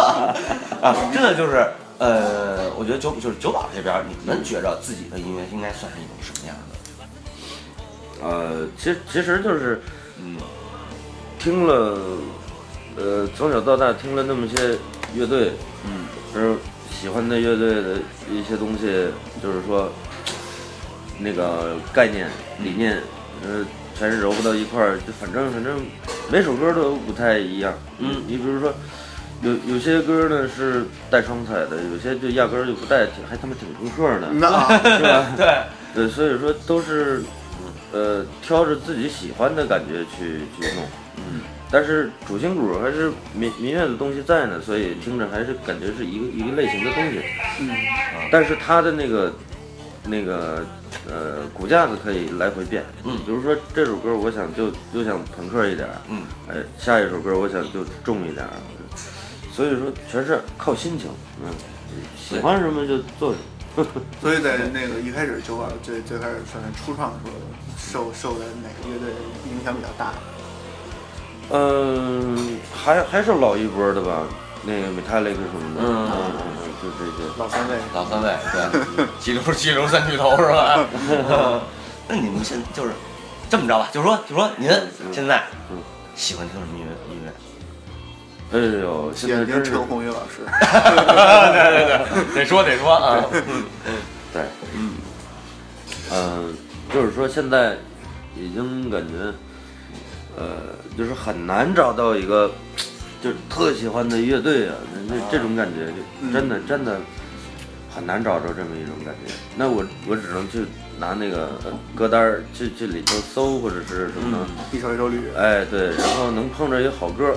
[SPEAKER 2] 啊，真的就是，呃，我觉得九就是九宝这边，你们觉着自己的音乐应该算是一种什么样的？
[SPEAKER 3] 呃，其实其实就是
[SPEAKER 2] 嗯
[SPEAKER 3] 听了，呃，从小到大听了那么些乐队，
[SPEAKER 2] 嗯，
[SPEAKER 3] 然后喜欢的乐队的一些东西，就是说那个概念、
[SPEAKER 2] 嗯
[SPEAKER 3] 理念，呃，全是揉不到一块儿，就反正反正每首歌都不太一样。
[SPEAKER 2] 嗯
[SPEAKER 3] 你比如说。有有些歌呢是带双彩的，有些就压根儿就不带，挺还他妈挺重克
[SPEAKER 2] 嗯
[SPEAKER 3] 的。
[SPEAKER 1] 那啊
[SPEAKER 3] 是吧？
[SPEAKER 2] 对，
[SPEAKER 3] 对，所以说都是，呃，挑着自己喜欢的感觉去去弄。
[SPEAKER 2] 嗯，
[SPEAKER 3] 但是主心骨还是民民乐的东西在呢，所以听着还是感觉是一个一个类型的东西。啊
[SPEAKER 1] 嗯
[SPEAKER 3] 但是它的那个那个呃骨架子可以来回变。
[SPEAKER 2] 嗯
[SPEAKER 3] 比如说这首歌，我想就就想朋克一点儿，
[SPEAKER 2] 嗯，
[SPEAKER 3] 哎，下一首歌我想就重一点儿。所以说全是靠心情，嗯，喜欢什么就做什么。
[SPEAKER 1] 所以在那个一开始九宝最最开始算是初创的时候，受受的哪个乐队影响比较大？
[SPEAKER 3] 嗯，还还是老一波的吧，那个 Metallic 什么的，
[SPEAKER 2] 嗯
[SPEAKER 3] 嗯嗯，就这些。
[SPEAKER 1] 老三位，
[SPEAKER 2] 老三位，对，激流激流三巨头是吧？ 那你们现在就是这么着吧，就是说，就是说您现在
[SPEAKER 3] 嗯
[SPEAKER 2] 喜欢听什么音乐？音乐？
[SPEAKER 3] 哎呦，现在
[SPEAKER 1] 眼睛
[SPEAKER 3] 真是
[SPEAKER 1] 陈宏宇老师，
[SPEAKER 2] 啊对对对，得说得说啊，
[SPEAKER 3] 对，嗯，嗯，就是说现在已经感觉，呃，就是很难找到一个就是特喜欢的乐队啊，那那这种感觉就真的、真的很难找着这么一种感觉。那我我只能去拿那个呃歌单儿去去里头搜或者是什么。
[SPEAKER 1] 一首一首捋，
[SPEAKER 3] 哎，对，然后能碰着一好歌，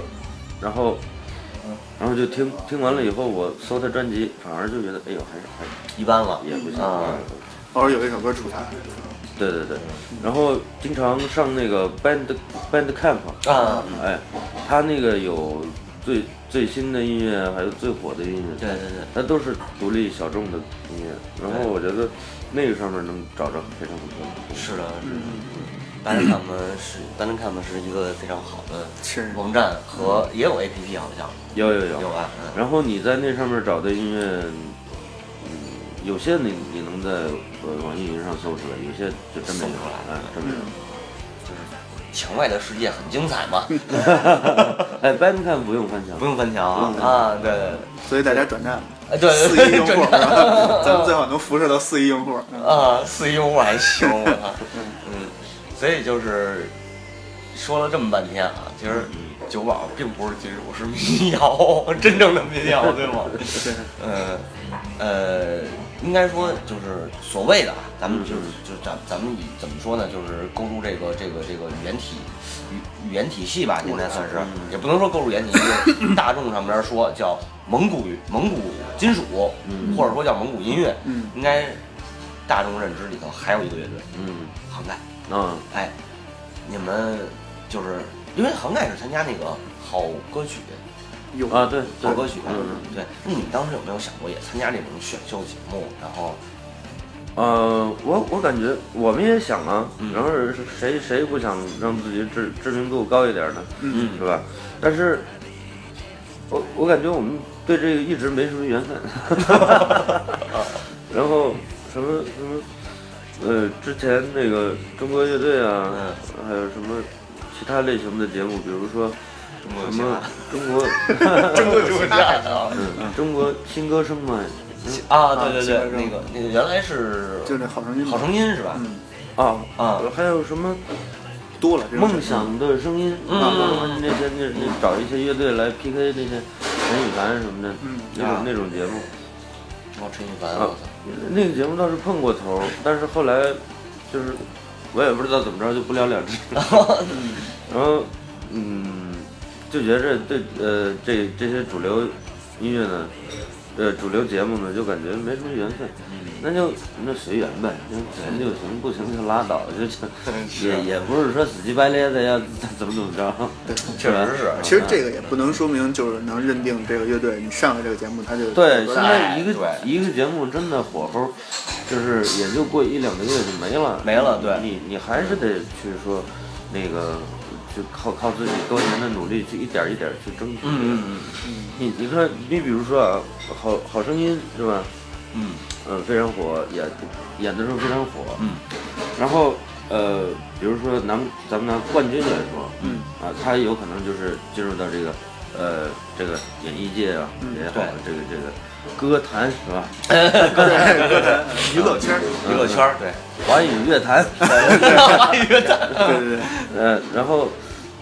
[SPEAKER 3] 然后，然后就听听完了以后，我搜他专辑，反而就觉得，哎呦，还是还是
[SPEAKER 2] 一般了，
[SPEAKER 3] 也不行
[SPEAKER 2] 啊。
[SPEAKER 1] 偶尔有一首歌出他，
[SPEAKER 3] 对对对，然后经常上那个 Band Band Camp，
[SPEAKER 2] 啊，
[SPEAKER 3] 哎，他那个有最最新的音乐，还有最火的音乐，
[SPEAKER 2] 对对对，
[SPEAKER 3] 那都是独立小众的音乐。然后我觉得那个上面能找着非常不错的东西。
[SPEAKER 2] 是的，是的。单人看门是单人看门是一个非常好的
[SPEAKER 1] 是
[SPEAKER 2] 网站和也有 APP 好像
[SPEAKER 3] 有有有
[SPEAKER 2] 嗯有啊，嗯
[SPEAKER 3] 然后你在那上面找的音乐，嗯，有些你你能在呃网易云上搜出来，有些就真没
[SPEAKER 2] 搜
[SPEAKER 3] 有
[SPEAKER 2] 不出来
[SPEAKER 3] 哎，真没有。
[SPEAKER 2] 就是墙外的世界很精彩 嘛，
[SPEAKER 3] 哎 b a n d c a m 不用翻墙
[SPEAKER 2] 不，用翻墙啊，啊，对对对。
[SPEAKER 1] 所以大家转战
[SPEAKER 2] 哎对对
[SPEAKER 1] 四
[SPEAKER 2] 对
[SPEAKER 1] 亿 用户，
[SPEAKER 2] 转战
[SPEAKER 1] 咱们最好能辐射到四亿用户。
[SPEAKER 2] 啊，四一五还行，我操，嗯，所以就是说了这么半天啊，其实酒保并不是金属，是民谣， 真正的民谣，对吗？
[SPEAKER 1] 对，
[SPEAKER 2] 呃呃，应该说就是所谓的啊，咱们就是就咱咱们以怎么说呢，就是构筑这个这个这个语言体语语言体系吧，应该算是，也不能说构筑语言体系，就大众上边说叫蒙古语蒙古金属，或者说叫蒙古音乐，
[SPEAKER 1] 嗯
[SPEAKER 2] 应该大众认知里头还有一个乐队，
[SPEAKER 3] 嗯，
[SPEAKER 2] 杭盖，
[SPEAKER 3] 啊，
[SPEAKER 2] 哎，你们就是因为杭盖是参加那个好歌曲。
[SPEAKER 1] 有
[SPEAKER 3] 啊，对，
[SPEAKER 2] 做
[SPEAKER 3] 对
[SPEAKER 2] 歌曲，
[SPEAKER 3] 嗯，
[SPEAKER 2] 对。那你们当时有没有想过也参加这种选秀节目？然后，
[SPEAKER 3] 呃，我我感觉我们也想啊
[SPEAKER 2] 嗯，
[SPEAKER 3] 然后是谁谁不想让自己知知名度高一点呢，
[SPEAKER 1] 嗯
[SPEAKER 3] 是吧？但是，我我感觉我们对这个一直没什么缘分， 然后什么什么，呃，之前那个中国乐队啊，还有什么其他类型的节目，比如说什么中国
[SPEAKER 2] 中国有这样的
[SPEAKER 3] 中国新歌声嘛，
[SPEAKER 2] 啊？对对对，
[SPEAKER 1] 啊
[SPEAKER 2] 那个那个原来是
[SPEAKER 1] 就那好声音，
[SPEAKER 2] 好声音是吧？
[SPEAKER 1] 嗯
[SPEAKER 3] 啊
[SPEAKER 2] 啊，
[SPEAKER 3] 还有什么？
[SPEAKER 1] 多了，这种
[SPEAKER 3] 梦想的声音，
[SPEAKER 2] 嗯
[SPEAKER 3] 啊，那些那那找一些乐队来 PK 那些陈羽凡什么的，
[SPEAKER 1] 嗯
[SPEAKER 3] 那
[SPEAKER 2] 啊
[SPEAKER 3] 种那种节目，
[SPEAKER 2] 哦，陈羽凡，
[SPEAKER 3] 啊
[SPEAKER 2] 我操，
[SPEAKER 3] 那个节目倒是碰过头儿，但是后来就是我也不知道怎么着就不了了之， 然后嗯，就觉着这呃这这些主流音乐呢，呃主流节目呢就感觉没什么缘分，
[SPEAKER 2] 嗯
[SPEAKER 3] 那就那随缘呗，就行就行，不行就拉倒， 就就
[SPEAKER 2] 啊
[SPEAKER 3] 也也不是说死乞白赖的要怎么怎么着，
[SPEAKER 2] 确实是。
[SPEAKER 1] 其实这个也不能说明就是能认定这个乐队，你上了这个节目他就有
[SPEAKER 3] 对，现
[SPEAKER 1] 多大
[SPEAKER 3] 在一个
[SPEAKER 2] 对
[SPEAKER 3] 一个节目真的火候，就是也就过一两个月就没了，
[SPEAKER 2] 没了对
[SPEAKER 3] 你你还是得去说，那个就靠靠自己多年的努力去一点一点去争取。
[SPEAKER 2] 嗯嗯
[SPEAKER 3] 你你看，你比如说啊，好好声音是吧？
[SPEAKER 2] 嗯
[SPEAKER 3] 嗯，非常火，演演的时候非常火。
[SPEAKER 2] 嗯。
[SPEAKER 3] 然后呃，比如说咱们咱们拿冠军来说，
[SPEAKER 1] 嗯
[SPEAKER 3] 啊，他有可能就是进入到这个呃这个演艺界啊、也好
[SPEAKER 2] 嗯对，
[SPEAKER 3] 这个这个歌坛是吧？
[SPEAKER 1] 娱乐圈儿，
[SPEAKER 2] 嗯，娱乐圈儿对，
[SPEAKER 3] 华语乐坛，
[SPEAKER 2] 华语乐坛，
[SPEAKER 1] 对对对，
[SPEAKER 3] 呃，然后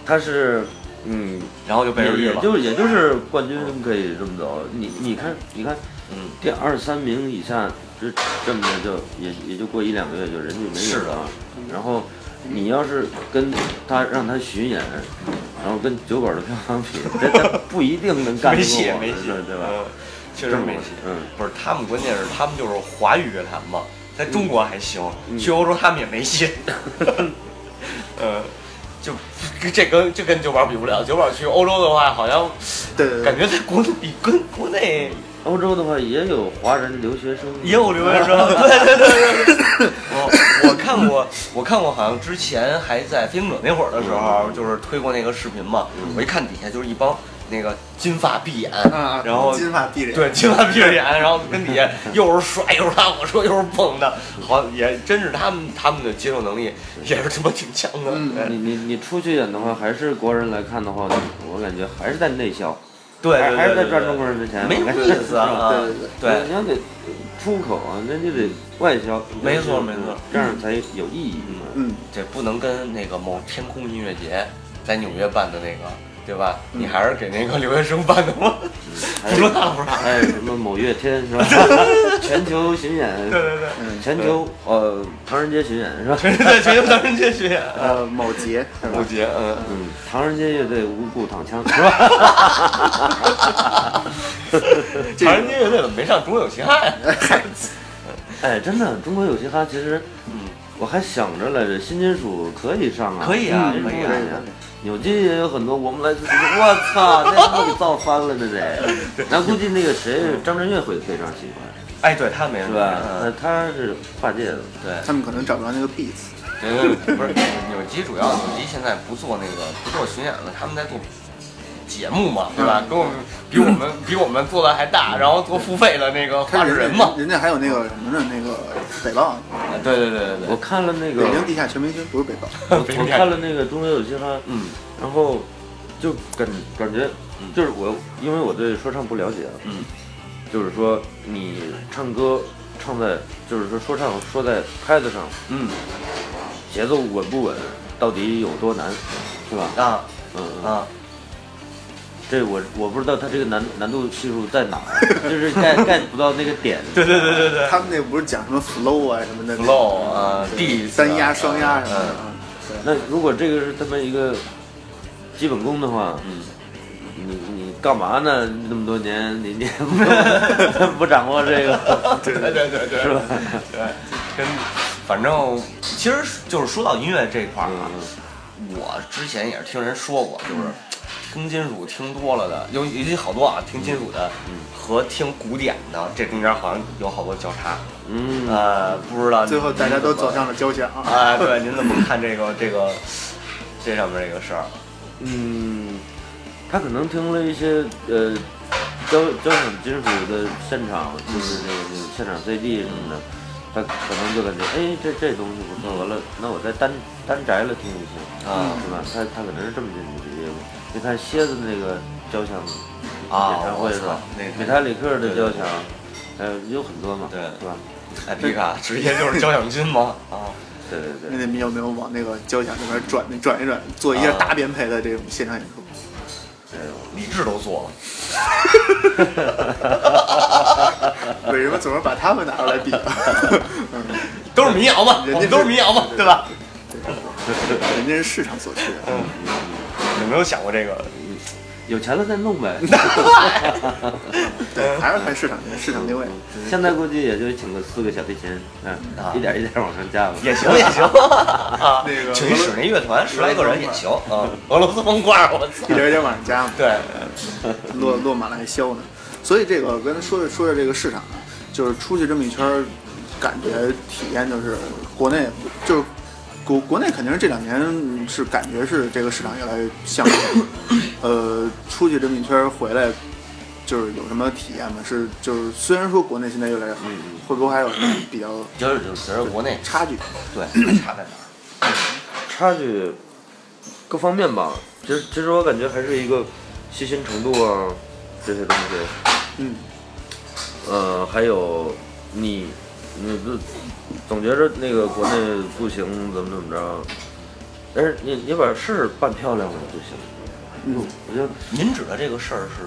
[SPEAKER 3] 他是嗯，
[SPEAKER 2] 然后就被人绿
[SPEAKER 3] 也
[SPEAKER 2] 了
[SPEAKER 3] 也。就也就是冠军可以这么走，你你看你看
[SPEAKER 2] 嗯，
[SPEAKER 3] 第二三名以下，这这么着就也也就过一两个月就人就没
[SPEAKER 2] 是
[SPEAKER 3] 有
[SPEAKER 2] 的
[SPEAKER 3] 了。然后你要是跟他让他巡演，然后跟酒馆的票房比，这这不一定能干
[SPEAKER 2] 没
[SPEAKER 3] 得过
[SPEAKER 2] 戏
[SPEAKER 3] 我
[SPEAKER 2] 没
[SPEAKER 3] 们
[SPEAKER 2] 戏
[SPEAKER 3] 是，对吧？
[SPEAKER 2] 嗯？确实没戏。
[SPEAKER 3] 嗯
[SPEAKER 2] 不是他们，关键是他们就是华语乐坛嘛，在中国还行，
[SPEAKER 1] 嗯
[SPEAKER 2] 去欧洲他们也没 戏。呃，就这跟这
[SPEAKER 1] 呃
[SPEAKER 2] 跟酒保比不了，酒保去欧洲的话，好像
[SPEAKER 1] 对对对
[SPEAKER 2] 感觉在国内比跟国内
[SPEAKER 3] 欧洲的话也有华人留学生，
[SPEAKER 2] 也有留学 生，对对对对对。我我看过，我看过，好像之前还在《飞行者》那会儿的时候，
[SPEAKER 1] 嗯
[SPEAKER 2] 就是推过那个视频嘛。我一看底下就是一帮那个金发碧眼，
[SPEAKER 1] 啊，
[SPEAKER 2] 然后
[SPEAKER 1] 金发碧脸，
[SPEAKER 2] 对金发碧眼，然后跟底下又是甩又是拉火车又是蹦的，好也真是他们他们的接受能力也是他妈挺强的。
[SPEAKER 1] 嗯
[SPEAKER 2] 对
[SPEAKER 3] 你你你出去演的话，还是国人来看的话，我感觉还是在内销，
[SPEAKER 2] 对
[SPEAKER 3] 还
[SPEAKER 2] 对，
[SPEAKER 3] 还是在
[SPEAKER 2] 对
[SPEAKER 3] 赚中国人的钱，
[SPEAKER 2] 没
[SPEAKER 3] 我
[SPEAKER 2] 什
[SPEAKER 3] 感
[SPEAKER 2] 么
[SPEAKER 3] 觉
[SPEAKER 2] 意思啊。
[SPEAKER 1] 对对对
[SPEAKER 2] 对
[SPEAKER 3] 你要得出口啊，那就得外销，
[SPEAKER 2] 没错没错
[SPEAKER 3] 这样才有意义嘛。
[SPEAKER 1] 嗯，
[SPEAKER 2] 这不能跟那个某天空音乐节在纽约办的那个，对吧？你还是给那个留学生办的吗？不说大不说大。
[SPEAKER 3] 哎，什么某月天 是吧？全球巡演，
[SPEAKER 2] 对对对，
[SPEAKER 3] 全球呃唐人街巡演是吧？
[SPEAKER 2] 全是在全球唐人街巡演。
[SPEAKER 1] 呃，某杰是
[SPEAKER 2] 五
[SPEAKER 1] 吧？
[SPEAKER 2] 杰，嗯，
[SPEAKER 3] 嗯，唐人街乐队无故躺枪是 吧？
[SPEAKER 1] 这
[SPEAKER 2] 唐人街乐队怎么没上《中国有嘻哈》呀？
[SPEAKER 3] 哎，真的，中国有嘻哈其实，
[SPEAKER 2] 嗯，
[SPEAKER 3] 我还想着来着，新金属可以上啊，
[SPEAKER 2] 可以啊
[SPEAKER 3] 嗯
[SPEAKER 2] 可以啊
[SPEAKER 3] 不然呀扭机也有很多，我们来自己，我操，那他妈给造翻了那 得，那估计那个谁张震岳会非常喜欢，
[SPEAKER 2] 哎，对他没
[SPEAKER 3] 是
[SPEAKER 2] 是
[SPEAKER 3] 吧？那他是跨界的，
[SPEAKER 2] 对，
[SPEAKER 1] 他们可能找不着那个 beats，
[SPEAKER 2] 人不是纽基，主要纽基现在不做那个不做巡演了，他们在做节目嘛，对吧？跟我们比我 们比我们做的还大，然后做付费的那个话事人嘛。
[SPEAKER 1] 人家还有那个什么呢？那个北报，
[SPEAKER 2] 对对对对
[SPEAKER 3] 我看了那
[SPEAKER 1] 北
[SPEAKER 3] 个，
[SPEAKER 1] 京地下全明星不是北报，
[SPEAKER 2] 对，
[SPEAKER 3] 我我看了那个中国有嘻哈，
[SPEAKER 2] 嗯
[SPEAKER 3] 然后就感感觉就是我，因为我对说唱不了解啊，
[SPEAKER 2] 嗯，
[SPEAKER 3] 就是说你唱歌唱在，就是说说唱说在拍子上，
[SPEAKER 2] 嗯
[SPEAKER 3] 节奏稳不稳，到底有多难，是吧？
[SPEAKER 2] 啊
[SPEAKER 3] 嗯，嗯
[SPEAKER 2] 啊，
[SPEAKER 3] 这我我不知道它这个难难度系数在哪儿，就是盖盖不到那个点。对对对对对。
[SPEAKER 1] 他们那不是讲什么 flow 啊什么的
[SPEAKER 2] flow 啊，D
[SPEAKER 1] 单压双压什么的
[SPEAKER 2] 嗯，
[SPEAKER 1] 啊，对
[SPEAKER 3] 那如果这个是他们一个基本功的话，
[SPEAKER 2] 嗯
[SPEAKER 3] 你你干嘛呢？那么多年你你不不掌握这个，
[SPEAKER 2] 对对对对对，
[SPEAKER 3] 是吧？
[SPEAKER 2] 对，跟反正其实就是说到音乐这一块儿啊，
[SPEAKER 3] 嗯
[SPEAKER 2] 我之前也是听人说过，就是听金属听多了的，尤尤其好多啊，听金属的
[SPEAKER 3] 嗯
[SPEAKER 2] 和听古典的这中间好像有好多交叉，
[SPEAKER 3] 嗯，
[SPEAKER 2] 呃，不知道
[SPEAKER 1] 最后大家都走
[SPEAKER 2] 上
[SPEAKER 1] 上了交响啊。
[SPEAKER 2] 啊，对，您怎么看这个这个这上面这个事儿？
[SPEAKER 3] 嗯，他可能听了一些呃交交响金属的现场，就是那个那个现场 CD 什么的，他可能就感觉哎这这东西不错，完了那我再单单摘了听一听
[SPEAKER 2] 啊
[SPEAKER 3] 是吧？他他可能是这么进去的业务。你看蝎子那个交响
[SPEAKER 2] 啊
[SPEAKER 3] 演唱会是吧
[SPEAKER 2] 我操？那个
[SPEAKER 3] 米塔里克的交
[SPEAKER 2] 对对
[SPEAKER 3] 响，呃有很多嘛，
[SPEAKER 2] 对
[SPEAKER 3] 是吧？
[SPEAKER 2] 哎，皮卡直接就是交响军吗？啊，
[SPEAKER 3] 对对对
[SPEAKER 1] 那。你们有没有往那个交响这边转转一转，做一
[SPEAKER 2] 啊
[SPEAKER 1] 下大编排的这种现场演出？
[SPEAKER 2] 李志都做了。
[SPEAKER 1] 为什么总是把他们拿出来 比？啊嗯
[SPEAKER 2] 都是民谣嘛，
[SPEAKER 1] 人家
[SPEAKER 2] 我们都是民谣嘛，对吧？
[SPEAKER 1] 人家是市场所趋。
[SPEAKER 2] 嗯有没有想过这个？
[SPEAKER 3] 有钱了再弄 呗。
[SPEAKER 1] 对，还是看市场市场定位。
[SPEAKER 2] 嗯
[SPEAKER 3] 现在估计也就请个四个小提琴，嗯，
[SPEAKER 2] 啊
[SPEAKER 3] 一点一点往上加吧。
[SPEAKER 2] 也行也 行，啊
[SPEAKER 1] 那个
[SPEAKER 2] 请一室内乐团十来个人也行啊。俄罗斯风罐，我操
[SPEAKER 1] 一！点一点往上加嘛，
[SPEAKER 2] 对，
[SPEAKER 1] 落落马来销呢。所以这个我刚才说的说的这个市场啊，就是出去这么一圈儿，感觉体验就是国内就是国国内肯定是这两年是感觉是这个市场越来越向上，呃，出去这么一圈儿回来。就是有什么体验吗？是就是虽然说国内现在越来越好，会不会还有什么比较
[SPEAKER 2] 就是就是其实国内
[SPEAKER 1] 差距？
[SPEAKER 2] 对 还差在哪儿？
[SPEAKER 3] 差距各方面吧，其实其实我感觉还是一个细心程度啊这些东西，
[SPEAKER 1] 嗯，
[SPEAKER 3] 呃，还有你你不总觉着那个国内不行怎么怎么着，但是你你把事儿办漂亮了就行。
[SPEAKER 1] 嗯，
[SPEAKER 3] 我觉得
[SPEAKER 2] 您指的这个事儿是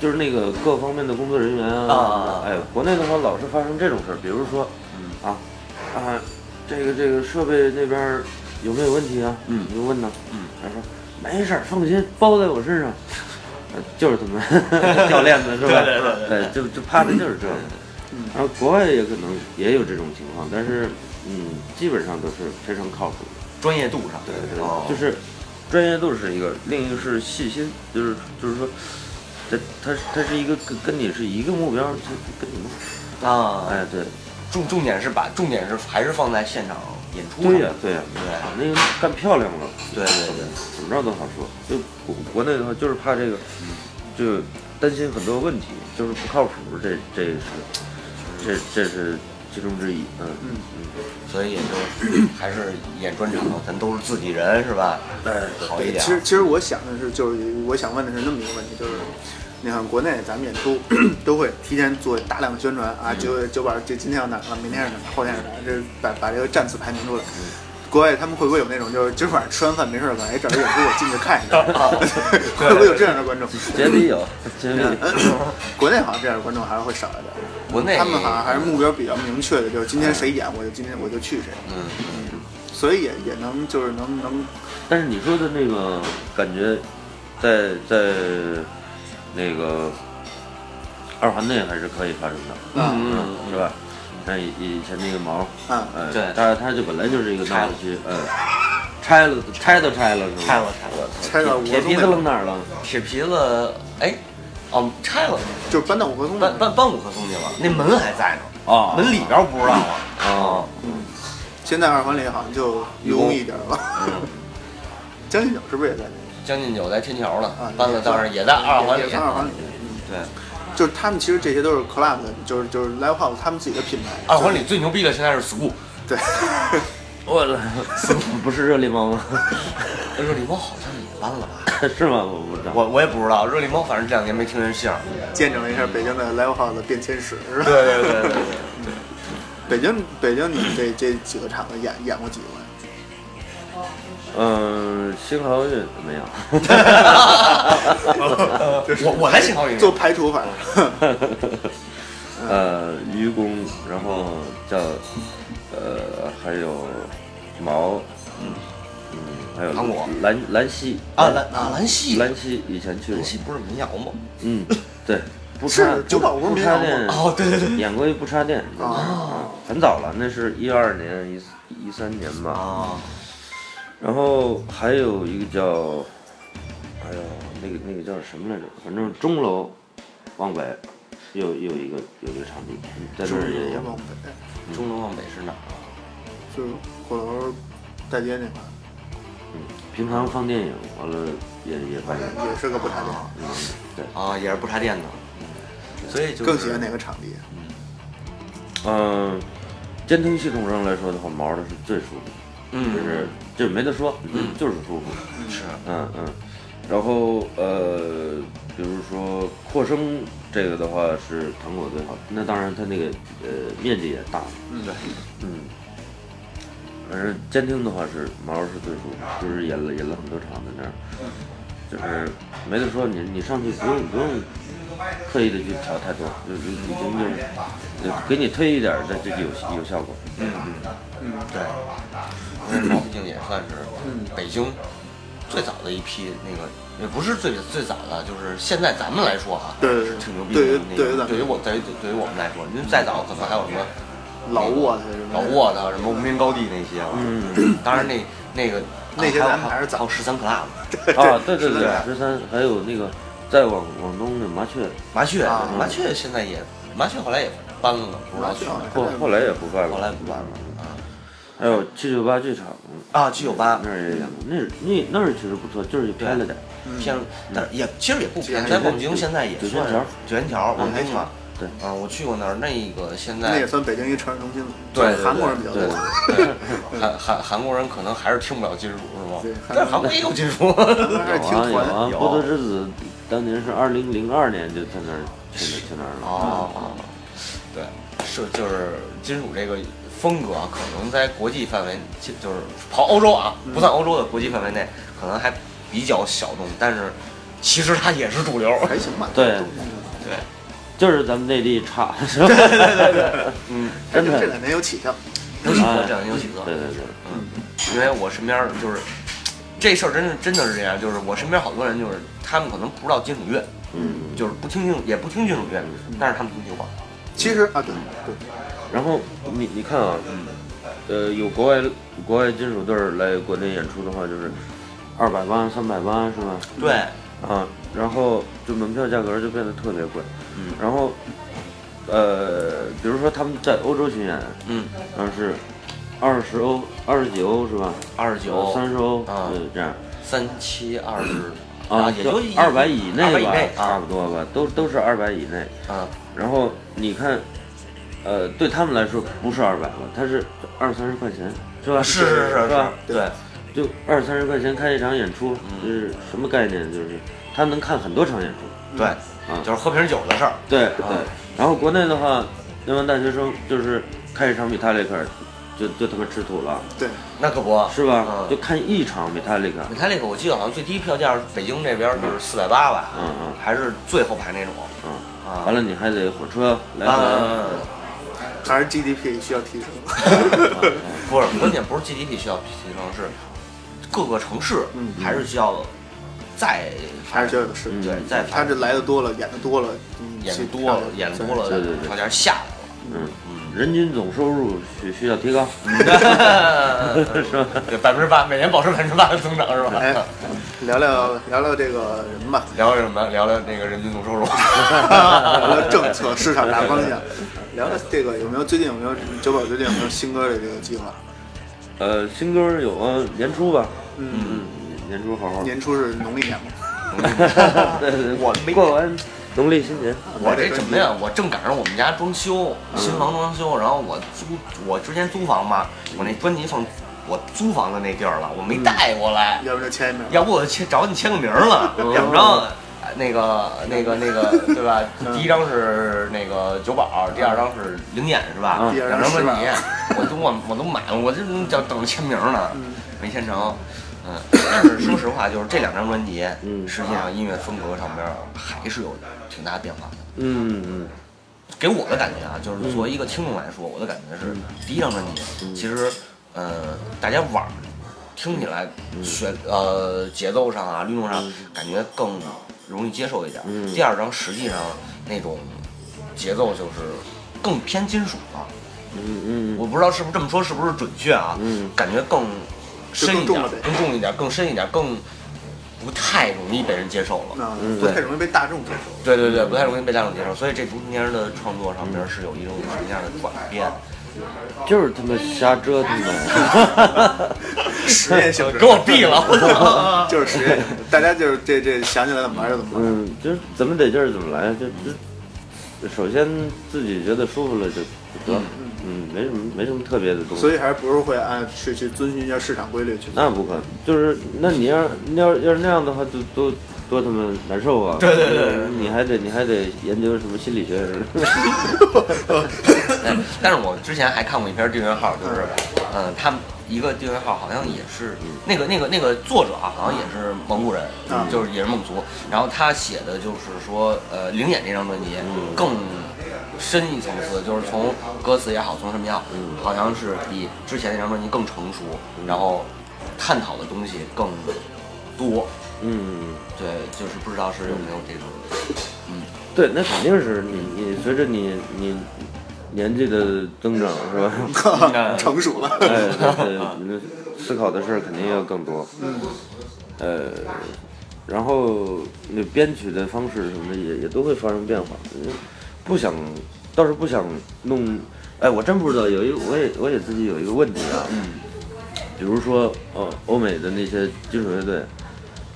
[SPEAKER 3] 就是那个各方面的工作人员啊，
[SPEAKER 2] 啊嗯
[SPEAKER 3] 哎，国内的话老是发生这种事儿，比如说，啊啊，这个这个设备那边儿有没有问题啊？
[SPEAKER 2] 嗯
[SPEAKER 3] 你就问呢，
[SPEAKER 2] 嗯，
[SPEAKER 3] 他说没事儿，放心，包在我身上，呃就是他 们掉链子是吧？
[SPEAKER 2] 对对对嗯对
[SPEAKER 3] 哎就就怕的就是这个。然后国外也可能也有这种情况，但是嗯，基本上都是非常靠谱的。
[SPEAKER 2] 专业度上，对哦
[SPEAKER 3] 哦对，就是专业度是一个，另一个是细心，就是就是说，他他他是一个跟跟你是一个目标，就跟你们，
[SPEAKER 2] 啊，
[SPEAKER 3] 哎对，
[SPEAKER 2] 重重点是把重点是还是放在现场演出上。
[SPEAKER 3] 对呀对呀，把那个干漂亮了，
[SPEAKER 2] 对对对
[SPEAKER 3] 怎么着都好说。就国国内的话，就是怕这个，就担心很多问题，就是不靠谱，这这是，这这是其中之一，嗯
[SPEAKER 2] 所以也就还是 演专场，咱都是自己人是吧？好一
[SPEAKER 1] 哎对，
[SPEAKER 2] 点啊
[SPEAKER 1] 其。实其实我想的是，就是我想问的是那么一个问题，就是你看国内咱们演出 都会提前做大量的宣传啊，
[SPEAKER 2] 嗯
[SPEAKER 1] 九九把这今天要哪个，明天是哪个，后天是哪个，这把把这个战次排名出来。
[SPEAKER 2] 嗯
[SPEAKER 1] 国外他们会不会有那种就是今儿晚上吃完饭没事儿干，哎这儿有演出我进去看 一下，啊会不会有这样的观众？
[SPEAKER 3] 绝对有，绝 对有。啊
[SPEAKER 1] 国内好像这样的观众还是会少一点。
[SPEAKER 2] 国内
[SPEAKER 1] 他们好像还是目标比较明确的，就是今天谁演，我就今天我就去谁，
[SPEAKER 2] 嗯，
[SPEAKER 1] 所以也也能就是能能
[SPEAKER 3] 但是你说的那个感觉在，在那个二环内还是可以发生的，
[SPEAKER 1] 啊
[SPEAKER 3] 嗯，是吧？像以以前那个毛，
[SPEAKER 1] 啊
[SPEAKER 3] 呃，
[SPEAKER 2] 对
[SPEAKER 3] 它它就本来就是一个闹区，呃，拆了拆都拆了是吧？
[SPEAKER 2] 拆了拆了，
[SPEAKER 1] 拆到五
[SPEAKER 3] 铁
[SPEAKER 1] 河
[SPEAKER 3] 皮
[SPEAKER 1] 东
[SPEAKER 3] 子
[SPEAKER 1] 北
[SPEAKER 3] 扔，哪儿了？
[SPEAKER 2] 铁皮子哎，哦拆了，
[SPEAKER 1] 就是搬到五河东北
[SPEAKER 2] 搬。搬搬五棵松去了，那门还在呢，
[SPEAKER 3] 啊
[SPEAKER 2] 门里边儿不知道啊。
[SPEAKER 3] 啊，
[SPEAKER 1] 现在二环里好像就
[SPEAKER 3] 愚
[SPEAKER 1] 愚
[SPEAKER 3] 公
[SPEAKER 1] 公一点了。将近九是不是也在那？
[SPEAKER 2] 将近九在天桥
[SPEAKER 1] 啊
[SPEAKER 2] 呢，搬了，但是也在二环里
[SPEAKER 1] 也。算二环里。嗯
[SPEAKER 2] 对，
[SPEAKER 1] 就是他们其实这些都是 club 的，就是就是 live house 他们自己的品牌。
[SPEAKER 2] 二环里最牛逼的现在是 school，
[SPEAKER 1] 对，
[SPEAKER 3] 我了， 不是热力猫吗？
[SPEAKER 2] 呃 热力猫好像也搬了吧？
[SPEAKER 3] 是吗？我不知道。
[SPEAKER 2] 我我也不知道，热力猫反正这两年没听人信儿。
[SPEAKER 1] 见证了一下北京的 live house 的变迁史，是吧？
[SPEAKER 2] 对对对对对。
[SPEAKER 1] 北京北京，你这这几个场子演演过几回？
[SPEAKER 3] 嗯，新豪运没有。
[SPEAKER 2] 我我来信啊号运
[SPEAKER 1] 做排除法。
[SPEAKER 3] 呃，愚公，然后叫呃，还有毛，嗯，还有
[SPEAKER 2] 糖果
[SPEAKER 3] 兰兰溪嗯
[SPEAKER 2] 啊兰啊兰溪
[SPEAKER 3] 兰溪以前去过
[SPEAKER 2] 人，气不是民谣吗？
[SPEAKER 3] 嗯，对，不
[SPEAKER 1] 是
[SPEAKER 3] 插
[SPEAKER 1] 九宝屋
[SPEAKER 3] 不
[SPEAKER 1] 民
[SPEAKER 3] 插
[SPEAKER 1] 谣吗
[SPEAKER 3] 电，
[SPEAKER 2] 哦，对对对。
[SPEAKER 3] 演过一不插电，
[SPEAKER 1] 哦
[SPEAKER 3] 啊很早了，那是一二年一一三年吧，
[SPEAKER 2] 啊，
[SPEAKER 3] 然后还有一个叫，哎呦，那个那个叫什么来着？反正钟楼往北有有一个有一个场地，在那儿也
[SPEAKER 1] 也
[SPEAKER 3] 演
[SPEAKER 1] 往
[SPEAKER 3] 过。
[SPEAKER 1] 北，
[SPEAKER 2] 中楼往北是哪儿
[SPEAKER 1] 就是鼓楼大街那块儿。
[SPEAKER 3] 嗯，平常放电影，完了也也办演出。
[SPEAKER 1] 也是个不插电。
[SPEAKER 3] 嗯，对，
[SPEAKER 2] 啊？啊，也是不插电的。所以就是
[SPEAKER 1] 更喜欢哪个场地？
[SPEAKER 3] 嗯、监听系统上来说的话，毛的是最舒服，
[SPEAKER 2] 嗯
[SPEAKER 3] 就是就没得说，就是舒服。
[SPEAKER 2] 是
[SPEAKER 3] 嗯嗯，然后呃，比如说扩声这个的话是糖果最好，那当然它那个呃面积也大，
[SPEAKER 1] 嗯，对，
[SPEAKER 3] 嗯，反正监听的话是毛是最舒服，就是演了演了很多场在那儿，就是没得说，你你上去不用不用刻意的去调太多，就就已经就就给你推一点儿，这这就有 有效果。
[SPEAKER 1] 嗯
[SPEAKER 2] 对，因为毛毕竟也算是北京最早的一批那个，也不是最最早的，就是现在咱们来说啊，
[SPEAKER 1] 对对
[SPEAKER 2] 是
[SPEAKER 1] 对
[SPEAKER 2] 挺牛逼
[SPEAKER 1] 对于
[SPEAKER 2] 的那
[SPEAKER 1] 对于咱
[SPEAKER 2] 个。
[SPEAKER 1] 们
[SPEAKER 2] 对于我对于对于我们来说，因为再早可能还有什么
[SPEAKER 1] 老沃特什么的
[SPEAKER 2] 老沃特什么无名高地那些啊。嗯，当然那那个啊
[SPEAKER 1] 那些咱们还
[SPEAKER 2] 还
[SPEAKER 1] 是早
[SPEAKER 2] 有十三 club
[SPEAKER 3] 啊，对对
[SPEAKER 1] 是
[SPEAKER 3] 对
[SPEAKER 1] 的，
[SPEAKER 3] 十三还有那个再往往东的麻雀，
[SPEAKER 2] 麻雀
[SPEAKER 1] 啊，
[SPEAKER 2] 麻雀现在也麻雀后来也搬了，不知道去哪儿。
[SPEAKER 3] 后后来也不办了，
[SPEAKER 2] 嗯后来不办了啊
[SPEAKER 3] 还有七九八剧场
[SPEAKER 2] 啊，去酒吧
[SPEAKER 3] 那儿也演过，那那那儿其实不错，就是拍了点儿。
[SPEAKER 2] 偏，但是也其实也不偏，
[SPEAKER 1] 嗯
[SPEAKER 2] 在望京现在也
[SPEAKER 3] 九
[SPEAKER 2] 算
[SPEAKER 3] 仙桥
[SPEAKER 2] 九仙桥，望京嘛。
[SPEAKER 3] 对
[SPEAKER 2] 啊，我去过那儿，那个现
[SPEAKER 1] 那
[SPEAKER 2] 在
[SPEAKER 1] 也算北京一城市中心了。
[SPEAKER 2] 对对
[SPEAKER 1] 韩国人比较
[SPEAKER 3] 对
[SPEAKER 1] 多。
[SPEAKER 2] 对韩韩韩国人可能还是听不了金属是吗
[SPEAKER 1] 对？
[SPEAKER 2] 但是韩国也有金属，
[SPEAKER 1] 咱们还是
[SPEAKER 3] 有
[SPEAKER 1] 听
[SPEAKER 3] 啊有啊，
[SPEAKER 1] 团，
[SPEAKER 2] 有
[SPEAKER 3] 波德之子当年是二零零二年就在那儿去那去那儿了。
[SPEAKER 2] 哦，对，是就是金属这个风格啊，可能在国际范围，就就是跑欧洲啊，不算欧洲的国际范围内，可能还比较小众，但是其实它也是主流。
[SPEAKER 1] 还行吧。
[SPEAKER 3] 对
[SPEAKER 2] 对，
[SPEAKER 3] 就是咱们内地 差，是吧？对对 对，嗯，
[SPEAKER 1] 这
[SPEAKER 3] 真
[SPEAKER 1] 这
[SPEAKER 3] 的
[SPEAKER 1] 两。年有起效。
[SPEAKER 2] 有几个
[SPEAKER 3] 哎
[SPEAKER 2] 这样有几个，
[SPEAKER 3] 对对对，
[SPEAKER 2] 嗯，因为我身边儿就是这事儿，真的真的是这样，就是我身边好多人就是他们可能不知道金属乐，
[SPEAKER 3] 嗯。
[SPEAKER 2] 就是不听金属，也不听金属乐，但是他们听酒吧，
[SPEAKER 1] 其实啊，对对，
[SPEAKER 3] 然后你你看啊，
[SPEAKER 2] 嗯
[SPEAKER 3] 呃，有国外国外金属队儿来国嗯内演出的话，就是二百八、三百八，是吧？
[SPEAKER 2] 对，
[SPEAKER 3] 啊，然后就门票价格就变得特别贵。
[SPEAKER 2] 嗯
[SPEAKER 3] 然后，呃，比如说他们在欧洲巡演，
[SPEAKER 2] 嗯，
[SPEAKER 3] 然后是二十欧、二十几欧是吧？
[SPEAKER 2] 二十九
[SPEAKER 3] 呃、三十欧，
[SPEAKER 2] 啊
[SPEAKER 3] 对，这样。
[SPEAKER 2] 三七二十
[SPEAKER 3] 啊，
[SPEAKER 2] 也就一
[SPEAKER 3] 二百以内
[SPEAKER 2] 二百以
[SPEAKER 3] 吧，
[SPEAKER 2] 内
[SPEAKER 3] 差
[SPEAKER 2] 啊
[SPEAKER 3] 不多吧，都都是二百以内。
[SPEAKER 2] 啊，
[SPEAKER 3] 然后你看，呃，对他们来说不是二百了，他是二三十块钱，是吧？
[SPEAKER 2] 是是是嗯
[SPEAKER 3] 是吧？
[SPEAKER 2] 对，
[SPEAKER 3] 就二三十块钱看一场演出，就是什么概念？就是他能看很多场演出。
[SPEAKER 2] 对，
[SPEAKER 3] 嗯
[SPEAKER 2] 就是喝瓶酒的事儿，
[SPEAKER 3] 对对。然后国内的话，那帮大学生就是看一场米塔利克，就就他妈吃土
[SPEAKER 2] 啊
[SPEAKER 3] 了，
[SPEAKER 1] 对，
[SPEAKER 2] 那可不
[SPEAKER 3] 是吧？
[SPEAKER 2] 嗯
[SPEAKER 3] 就看一场米塔利克，
[SPEAKER 2] 你看那个，我记得好像最低票价是北京这边就是四百八吧，
[SPEAKER 3] 嗯嗯
[SPEAKER 2] 还是最后排那种啊
[SPEAKER 3] 嗯，完了你还得火车来回。
[SPEAKER 2] 啊，
[SPEAKER 1] 还是 GDP 需要 提升。
[SPEAKER 2] 不是关键，不是 GDP 需要提升，是各个城市
[SPEAKER 3] 嗯
[SPEAKER 2] 还是需要再
[SPEAKER 1] 还是需要有市场
[SPEAKER 2] 对再
[SPEAKER 1] 他这来的多了，演的多了，嗯
[SPEAKER 2] 嗯演多了演多了
[SPEAKER 3] 对对对
[SPEAKER 2] 票价下来了。
[SPEAKER 3] 嗯，人均总收入需需要提高。
[SPEAKER 2] 对，百分之八，每年保持百分之八的增长是
[SPEAKER 1] 哎
[SPEAKER 2] 吧？，
[SPEAKER 1] 聊聊聊聊这个人吧，
[SPEAKER 2] 聊聊什么？聊聊那个人均总收 入。
[SPEAKER 1] 聊聊政策、市场大方 向，聊聊这个有没有最近有没有九宝最近有没有新歌的这个计划？
[SPEAKER 3] 呃，新歌儿有啊，年初吧，
[SPEAKER 1] 嗯，
[SPEAKER 3] 嗯，年初
[SPEAKER 2] 哦
[SPEAKER 3] 好好。
[SPEAKER 1] 年初是农历年嘛，
[SPEAKER 3] 对对对
[SPEAKER 2] 我没
[SPEAKER 3] 过完农历新年，
[SPEAKER 2] 我这什么呀？我正赶上我们家装修，
[SPEAKER 3] 嗯
[SPEAKER 2] 新房装修，然后我租，我之前租房嘛，我那专辑放我租房的那地儿了，我没带过来，
[SPEAKER 1] 要不就签一名。
[SPEAKER 2] 要不我签找你签个名儿了，两张。呃那个、那个、那个，对吧？第一张是那个九宝，第二张是灵眼，是吧？
[SPEAKER 3] 嗯
[SPEAKER 1] 第二
[SPEAKER 2] 两
[SPEAKER 1] 张
[SPEAKER 2] 张
[SPEAKER 1] 是
[SPEAKER 2] 专
[SPEAKER 1] 吧
[SPEAKER 2] 辑，我都我我都买了，我这叫等着签名呢，没签成。嗯，但是说实话，就是这两张专辑，
[SPEAKER 3] 嗯
[SPEAKER 2] 实际上音乐风格上边儿还是有挺大变化的。
[SPEAKER 3] 嗯嗯
[SPEAKER 2] 给我的感觉啊，就是作为一个听众来说，我的感觉是，
[SPEAKER 3] 嗯
[SPEAKER 2] 第一张专辑其实，呃，大家玩儿听起来旋呃节奏上啊律动
[SPEAKER 3] 嗯
[SPEAKER 2] 上感觉更容易接受一点儿。第二张实际上那种节奏就是更偏金属了，
[SPEAKER 3] 嗯嗯
[SPEAKER 2] 我不知道是不是这么说是不是准确啊？
[SPEAKER 3] 嗯
[SPEAKER 2] 感觉更深
[SPEAKER 1] 就更
[SPEAKER 2] 一点
[SPEAKER 1] 重
[SPEAKER 2] 儿
[SPEAKER 1] 了呗，
[SPEAKER 2] 更重一点儿，更深一点儿，更不太容易被人接受了。
[SPEAKER 1] 啊
[SPEAKER 3] 嗯，
[SPEAKER 1] 不太容易被大众接 受。
[SPEAKER 2] 对对对，不太容易被大众接受，所以这中间的创作上边是有一种什么样的转变？
[SPEAKER 3] 嗯，就是他妈瞎折腾呗。
[SPEAKER 1] 实验性质
[SPEAKER 2] 给我毙了！我 操！
[SPEAKER 1] 就是实验性质，大家就是这这想起来怎么玩就怎么玩。
[SPEAKER 3] 嗯，就是怎么得劲儿怎么来，就就首先自己觉得舒服了就就得了，嗯，没什么没什么特别的东西。
[SPEAKER 1] 所以还是不是会按去去遵循一下市场规律去做。
[SPEAKER 3] 那不可能，就是那你要要要是那样的话，就多多他妈难受啊！
[SPEAKER 2] 对对对，
[SPEAKER 3] 你还得你还得研究什么心理学？
[SPEAKER 2] 哎 但是我之前还看过一篇订阅号，就是，嗯，他们一个订阅号好像也是那个那个那个作者啊，好像也是蒙古人，
[SPEAKER 1] 嗯
[SPEAKER 2] 就是也是蒙族。然后他写的就是说，呃，《灵眼》这张专辑更深一层次，就是从歌词也好，从什么也好，好像是比之前那张专辑更成熟，然后探讨的东西更多。
[SPEAKER 3] 嗯，
[SPEAKER 2] 对，就是不知道是有没有这种，
[SPEAKER 3] 对，那肯定是你你随着你你年纪的增长是吧？
[SPEAKER 1] 成熟了，
[SPEAKER 3] 哎，对你思考的事儿肯定要更多。
[SPEAKER 2] 嗯
[SPEAKER 3] 呃，然后那编曲的方式什么的也也都会发生变化。嗯不想，倒是不想弄。哎，我真不知道，有一我也我也自己有一个问题啊。
[SPEAKER 2] 嗯
[SPEAKER 3] 比如说，呃，欧美的那些金属乐队，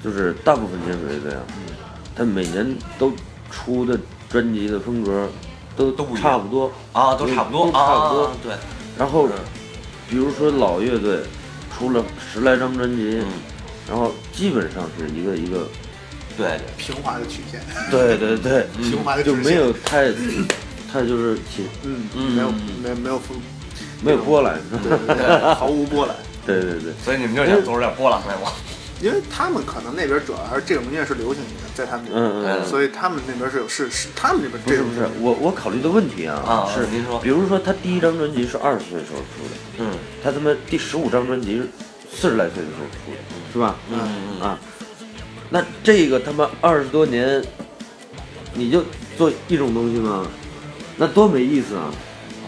[SPEAKER 3] 就是大部分金属乐队啊，
[SPEAKER 2] 嗯
[SPEAKER 3] 他每年都出的专辑的风格都
[SPEAKER 2] 都不一样
[SPEAKER 3] 差不多
[SPEAKER 2] 啊，都差不多，
[SPEAKER 3] 都差不多
[SPEAKER 2] 啊。对，
[SPEAKER 3] 然后，比如说老乐队出了十来张专辑，然后基本上是一个一个，
[SPEAKER 2] 对对。
[SPEAKER 1] 平滑的曲线，
[SPEAKER 3] 对对对，
[SPEAKER 1] 平滑的曲
[SPEAKER 3] 嗯就
[SPEAKER 1] 线
[SPEAKER 3] 没有 太太就是起
[SPEAKER 1] 嗯，没有没有没有风，
[SPEAKER 3] 没有波澜，是
[SPEAKER 1] 嗯
[SPEAKER 3] 吧？
[SPEAKER 1] 毫无波澜。
[SPEAKER 3] 对对对，
[SPEAKER 2] 所以你们就想做出点波澜来吗？
[SPEAKER 1] 因为他们可能那边主要还是这种音乐是流行音乐，在他们那
[SPEAKER 3] 嗯嗯嗯
[SPEAKER 1] 边，
[SPEAKER 2] 嗯
[SPEAKER 1] 所以他们那边是有是是他们那边
[SPEAKER 3] 不
[SPEAKER 1] 这
[SPEAKER 3] 是
[SPEAKER 1] 种
[SPEAKER 3] 不是，我我考虑的问题啊
[SPEAKER 2] 啊，
[SPEAKER 3] 是
[SPEAKER 2] 您说
[SPEAKER 3] 比如说他第一张专辑是二十岁时候出的，
[SPEAKER 2] 嗯
[SPEAKER 3] 他他妈第十五张专辑是四十来岁的时候出的，是吧？
[SPEAKER 2] 嗯
[SPEAKER 3] 啊，那这个他妈二十多年，你就做一种东西吗？那多没意思啊！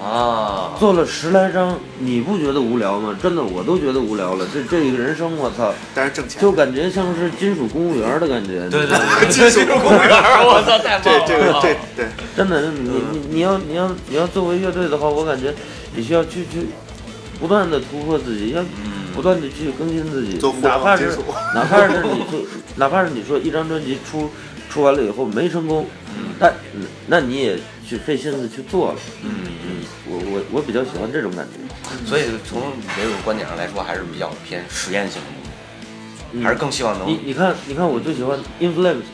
[SPEAKER 2] 啊，
[SPEAKER 3] 做了十来张，你不觉得无聊吗？真的，我都觉得无聊了。这这一个人生，我操，
[SPEAKER 1] 但是挣钱
[SPEAKER 3] 就感觉像是金属公务员的感觉。
[SPEAKER 2] 对对， 对，技术公园，我操，太棒
[SPEAKER 1] 这
[SPEAKER 2] 了！啊
[SPEAKER 1] 这个这对
[SPEAKER 3] 真的，你
[SPEAKER 1] 嗯
[SPEAKER 3] 你你要你要你要作为乐队的话，我感觉你需要去去不断的突破自己，要不断的去更新自己
[SPEAKER 1] 嗯做，互
[SPEAKER 3] 哪
[SPEAKER 1] 联
[SPEAKER 3] 怕
[SPEAKER 1] 网
[SPEAKER 3] 是
[SPEAKER 1] 金属
[SPEAKER 3] 哪怕是你做，哪怕是你说一张专辑出出完了以后没成功，
[SPEAKER 1] 嗯
[SPEAKER 3] 那那你也去费心思去做了。嗯，我我我比较喜欢这种感觉。
[SPEAKER 2] 所以从你这个观点上来说，还是比较偏实验性的东西，还是更希望能
[SPEAKER 3] 嗯你你看你看，我最喜欢 In Flames，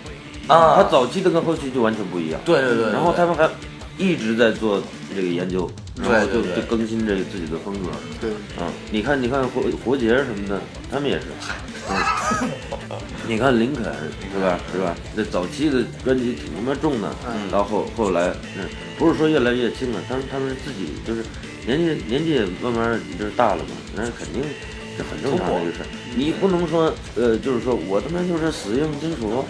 [SPEAKER 2] 啊，
[SPEAKER 3] 他早期的跟后期就完全不一样。
[SPEAKER 2] 对对对，对
[SPEAKER 3] 然后他们还一直在做这个研究，然后
[SPEAKER 2] 对
[SPEAKER 3] 就
[SPEAKER 2] 对对
[SPEAKER 3] 就更新这个自己的风格。
[SPEAKER 1] 对，
[SPEAKER 3] 嗯，你看，你看活活结什么的，他们也 是。嗯、你看林肯是吧？是吧？那早期的专辑挺他妈重的，嗯，到后后来，嗯，不是说越来越轻了，他们他们是自己就是年纪年纪也慢慢就是大了嘛，那肯定这很正常的一个事儿。你不能说呃，就是说我他妈就是死硬金属，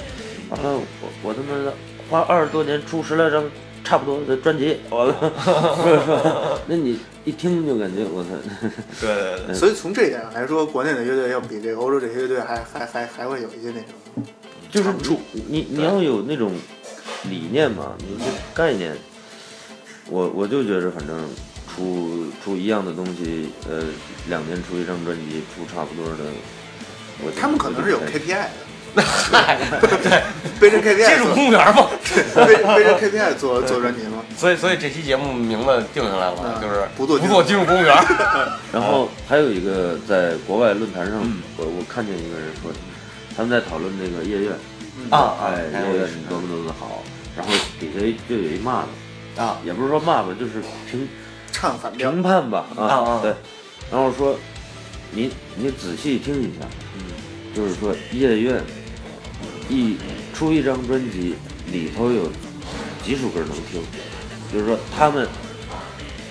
[SPEAKER 3] 完了我我他妈的花二十多年出十来张。差不多的专辑完了，是吧？那你一听就感觉我操，
[SPEAKER 2] 对对对，
[SPEAKER 1] 所以从这一点上来说，国内的乐队要比这个欧洲这些乐队还还还还会有一些那种
[SPEAKER 3] 就是
[SPEAKER 1] 长处
[SPEAKER 3] 你你你要有那种理念嘛，你这概念，我我就觉着反正出出一样的东西，呃，两年出一张专辑，出差不多的，我就
[SPEAKER 1] 他们可能是有 KPI 的，
[SPEAKER 2] 对，
[SPEAKER 1] 背着 KPI
[SPEAKER 2] 接触
[SPEAKER 1] 做
[SPEAKER 2] 公园嘛。
[SPEAKER 1] 背背着 KPI 做做专辑吗？
[SPEAKER 2] 所以所以这期节目名字定下来
[SPEAKER 1] 嗯
[SPEAKER 2] 了，就是
[SPEAKER 1] 不做
[SPEAKER 2] 不
[SPEAKER 1] 金
[SPEAKER 2] 做
[SPEAKER 1] 融
[SPEAKER 2] 金融公园。
[SPEAKER 3] 然
[SPEAKER 1] 哦
[SPEAKER 3] 后还有一个在国外论坛上，
[SPEAKER 1] 嗯
[SPEAKER 3] 我我看见一个人说，他们在讨论那个夜愿，
[SPEAKER 2] 啊
[SPEAKER 3] 哎，
[SPEAKER 2] 还
[SPEAKER 3] 夜
[SPEAKER 2] 有
[SPEAKER 3] 愿是多么多么好，然后底下就有一骂的，
[SPEAKER 2] 啊
[SPEAKER 3] 也不是说骂吧，就是评
[SPEAKER 1] 唱反调，
[SPEAKER 3] 评判吧，啊，
[SPEAKER 2] 啊啊
[SPEAKER 3] 对，然后说，你你仔细听一下，嗯，就是说夜愿一出一张专辑里头有几首歌能听，就是说他们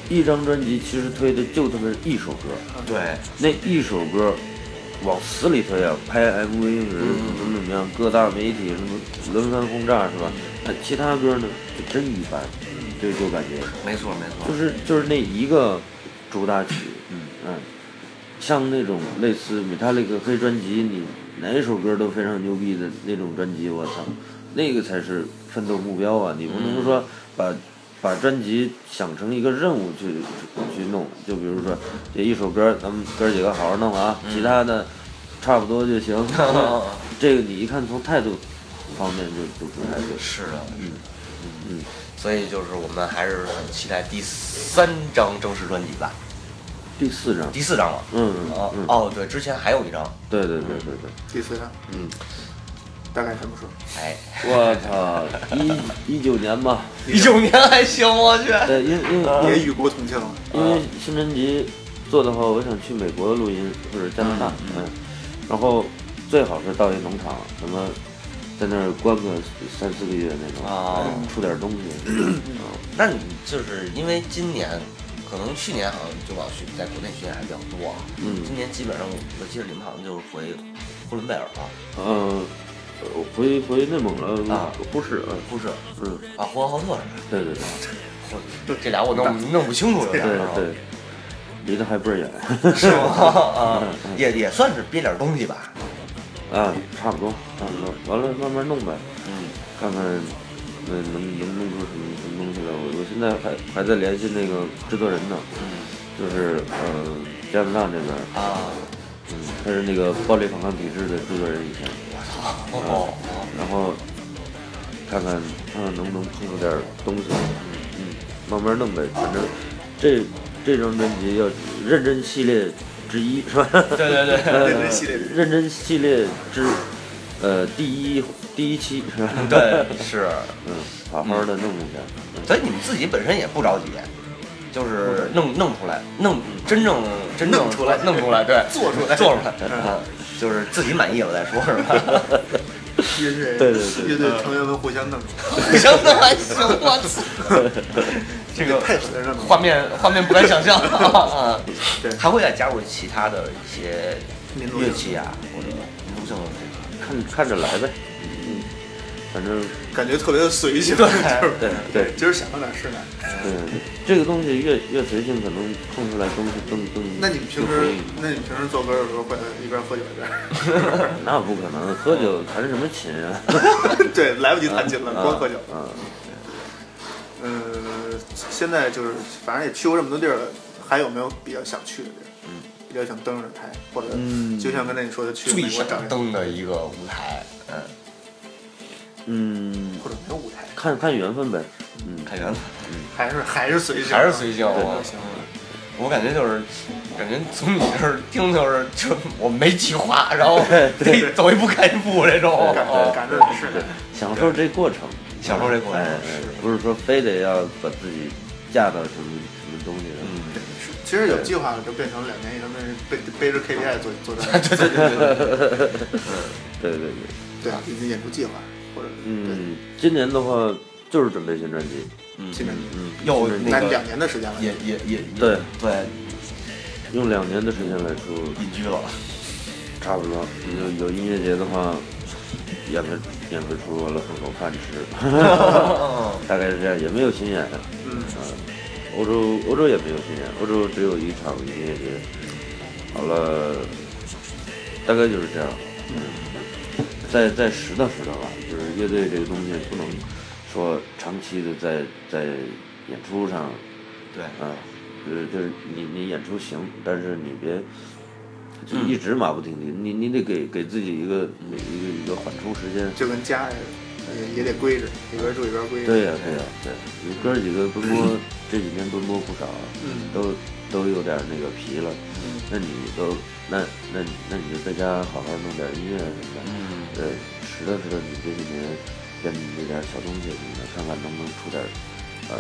[SPEAKER 3] 一张专辑其实推的就他妈一首歌，
[SPEAKER 2] 对，
[SPEAKER 3] 那一首歌往死里推啊，拍 MV 是怎么怎么样，各大媒体什么轮番轰炸是吧？那其他歌呢就真一般，就就感觉。
[SPEAKER 2] 没错没
[SPEAKER 3] 就
[SPEAKER 2] 错。
[SPEAKER 3] 是就是那一个主打曲，嗯像那种类似 Metallica 黑专辑，你哪一首歌都非常牛逼的那种专辑，我操，那个才是奋斗目标啊！你不能说把、把专辑想成一个任务去去弄，就比如说这一首歌，咱们哥几个好好弄啊，其他的差不多就 行。这个你一看从态度方面就就不太对。
[SPEAKER 2] 是的，嗯嗯，所以就是我们还是很期待第三张正式专辑吧，
[SPEAKER 3] 第四张，
[SPEAKER 2] 第四张了。
[SPEAKER 3] 嗯
[SPEAKER 2] 哦
[SPEAKER 3] 嗯，
[SPEAKER 2] 哦，对，之前还有一张，
[SPEAKER 3] 对对对对对。
[SPEAKER 1] 第四张，
[SPEAKER 2] 嗯，
[SPEAKER 1] 大概什么时候？
[SPEAKER 2] 哎，
[SPEAKER 3] 我操，一一九年吧，呃
[SPEAKER 2] 一九年还行，我去。
[SPEAKER 3] 对，因因为因
[SPEAKER 1] 也
[SPEAKER 3] 为
[SPEAKER 1] 与国同庆了，
[SPEAKER 3] 因为新专辑做的话，我想去美国录音或者加拿大，嗯，然后最好是到一农场，什么在那儿关个三四个月那种，
[SPEAKER 2] 啊
[SPEAKER 3] 哎出点东西，嗯
[SPEAKER 2] 那你就是因为今年，可能去年好像就老去在国内巡演还比较多啊，
[SPEAKER 3] 嗯
[SPEAKER 2] 今年基本上我我记得你们好像就是回呼伦贝尔了，
[SPEAKER 3] 呃，我回回内蒙了
[SPEAKER 2] 啊，
[SPEAKER 3] 不是，嗯
[SPEAKER 2] 不是
[SPEAKER 3] 嗯，
[SPEAKER 2] 啊，呼和浩特是吧
[SPEAKER 3] 对对对
[SPEAKER 2] 我这俩我弄弄不清楚有点
[SPEAKER 3] 对
[SPEAKER 2] 儿啊
[SPEAKER 3] 对，离得还倍儿远，
[SPEAKER 2] 是吗？啊，也也算是憋点东西吧。
[SPEAKER 3] 啊，差不多差不多，完了慢慢弄呗。
[SPEAKER 2] 嗯，
[SPEAKER 3] 看看，呃，能能弄出什么什么东西来。我我现在还还在联系那个制作人呢，就是呃加拿大那边，
[SPEAKER 2] 啊，
[SPEAKER 3] 嗯，他是那个暴力反抗体制的制作人以前，
[SPEAKER 2] 哦，
[SPEAKER 3] 然后看看看看能不能碰出点东西，嗯，慢慢弄呗。反正这这张专辑要认真系列之一是吧？
[SPEAKER 2] 对对对，
[SPEAKER 3] 呃
[SPEAKER 1] 认真系列之一
[SPEAKER 3] 认真系列之呃第一第一期 是吧？
[SPEAKER 2] 对是，
[SPEAKER 3] 嗯，好好的弄一下。
[SPEAKER 2] 所以你们自己本身也不着急，就是弄弄出来，弄真正真正
[SPEAKER 1] 弄出来
[SPEAKER 2] 弄出来，对，
[SPEAKER 1] 做出来
[SPEAKER 2] 做出来，啊，就是自己满意了再说，是吧？
[SPEAKER 1] 乐队
[SPEAKER 3] 对对嗯对
[SPEAKER 1] 乐队成员们互相弄，
[SPEAKER 2] 互相弄还行，我操， 这个
[SPEAKER 1] 配合着弄，
[SPEAKER 2] 画面画面不敢想 象啊！
[SPEAKER 1] 对
[SPEAKER 2] 还会再加入其他的一些
[SPEAKER 1] 民族性
[SPEAKER 2] 乐器啊，或者民族性的这个
[SPEAKER 3] 看看着来呗。嗯，反正
[SPEAKER 1] 感觉特别的随性，就是
[SPEAKER 3] 对对
[SPEAKER 1] 今儿想到哪儿是哪儿。
[SPEAKER 3] 对，呃这个东西越越随性，可能空出来东西更更。
[SPEAKER 1] 那你们平
[SPEAKER 3] 更
[SPEAKER 1] 时
[SPEAKER 3] 回忆，
[SPEAKER 1] 那你们平时做歌的时候会一边喝酒一边？
[SPEAKER 3] 那不可能，喝酒弹什么琴啊？
[SPEAKER 1] 对，来不及弹琴了，光喝酒。
[SPEAKER 3] 嗯，
[SPEAKER 1] 嗯，现在就是反正也去过这么多地儿了，还有没有比较想去的地儿？嗯，比较想登着台，或者
[SPEAKER 3] 嗯
[SPEAKER 1] 就像刚才你说的去
[SPEAKER 2] 最
[SPEAKER 1] 美国
[SPEAKER 2] 想
[SPEAKER 1] 找一个，
[SPEAKER 2] 登的一个舞台，嗯，
[SPEAKER 3] 嗯，
[SPEAKER 1] 或者没有舞台，
[SPEAKER 3] 看看缘分呗。嗯，
[SPEAKER 2] 看缘分，
[SPEAKER 1] 还是还是随哦性，
[SPEAKER 2] 还是随性。
[SPEAKER 3] 对
[SPEAKER 2] 我我感觉就是，感觉从你这儿听就是，就我没计划，然 后得走一步看一步这种。
[SPEAKER 1] 感
[SPEAKER 2] 哦
[SPEAKER 1] 感觉是的。
[SPEAKER 3] 享受这过程，
[SPEAKER 2] 享受这过程
[SPEAKER 3] 哎哎不是说非得要把自己架到什么什么东西上。
[SPEAKER 2] 嗯，
[SPEAKER 1] 是其实有计划了，就变成两年一他们背背着 KPI 做做专 辑，
[SPEAKER 2] 嗯
[SPEAKER 3] 对对对，
[SPEAKER 1] 对啊，演出计划或者对
[SPEAKER 3] 嗯，今年的话就是准备新专辑，
[SPEAKER 1] 新专辑，
[SPEAKER 3] 嗯，
[SPEAKER 2] 又
[SPEAKER 1] 那
[SPEAKER 2] 那
[SPEAKER 1] 两
[SPEAKER 2] 个
[SPEAKER 1] 年的时间了，
[SPEAKER 2] 也也也也
[SPEAKER 3] 对
[SPEAKER 2] 对
[SPEAKER 3] 用两年的时间来出，
[SPEAKER 2] 隐居了，
[SPEAKER 3] 差不多有有音乐节的话，演个演个出完了混口 饭吃， 大概是这样，也没有巡演，
[SPEAKER 1] 嗯，
[SPEAKER 3] 欧洲欧洲也没有巡演，欧洲只有一场音乐节，好了，大概就是这样，嗯，再再拾掇拾掇吧，就是乐队这个东西不能说长期的在在演出上
[SPEAKER 2] 对，
[SPEAKER 3] 啊，就是就是你你演出行，但是你别就一直马不停蹄，你你得给给自己一个一个一个缓冲时间。
[SPEAKER 1] 就跟家似的，也也得规着，一边住一边规着。
[SPEAKER 3] 对呀、对呀、对、你哥几个奔波这几天奔波不少，啊
[SPEAKER 1] 嗯
[SPEAKER 3] 都都有点那个疲了。那你都那那那你就在家好好弄点音乐什么的，
[SPEAKER 2] 嗯
[SPEAKER 3] 对，拾掇拾掇你这几年练那点小东西什么的，看看能不能出点呃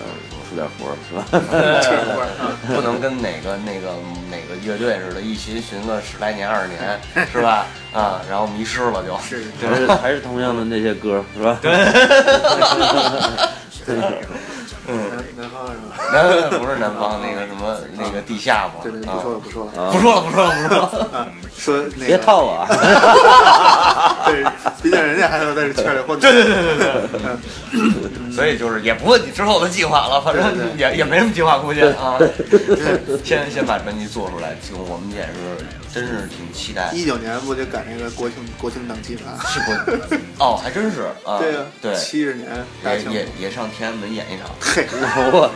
[SPEAKER 3] 出点活儿是吧？
[SPEAKER 1] 嗯这块 儿啊，
[SPEAKER 2] 不能跟哪个那个哪个乐队似的，一寻寻个十来年二十年， 是吧？啊，然后迷失了就。
[SPEAKER 1] 是
[SPEAKER 3] 还是还是同样的那些歌儿是吧？
[SPEAKER 2] 嗯
[SPEAKER 1] 南方是吧？
[SPEAKER 2] 南不是南方那个什么那个地下嘛？
[SPEAKER 1] 对对，
[SPEAKER 2] 啊
[SPEAKER 1] 不说了不说了，
[SPEAKER 2] 不说了，不说了，不说了。
[SPEAKER 1] 说那
[SPEAKER 3] 别
[SPEAKER 1] 个
[SPEAKER 3] 套我啊！
[SPEAKER 1] 对，毕竟人家还要在这圈里 混。
[SPEAKER 2] 对对对对对。 所以就是也不问你之后的计划了，反
[SPEAKER 1] 对
[SPEAKER 2] 正
[SPEAKER 1] 对
[SPEAKER 2] 也也没什么计划，估计啊。先先把专辑做出来，就我们也是真是挺期待。
[SPEAKER 1] 一九年不就赶那个国庆国庆档期嘛？
[SPEAKER 2] 是不？哦，还真是啊。
[SPEAKER 1] 对呀，
[SPEAKER 2] 对，
[SPEAKER 1] 七十年大
[SPEAKER 2] 也
[SPEAKER 1] 庆，
[SPEAKER 2] 也也上天安门演一场。
[SPEAKER 1] 嘿，
[SPEAKER 3] 我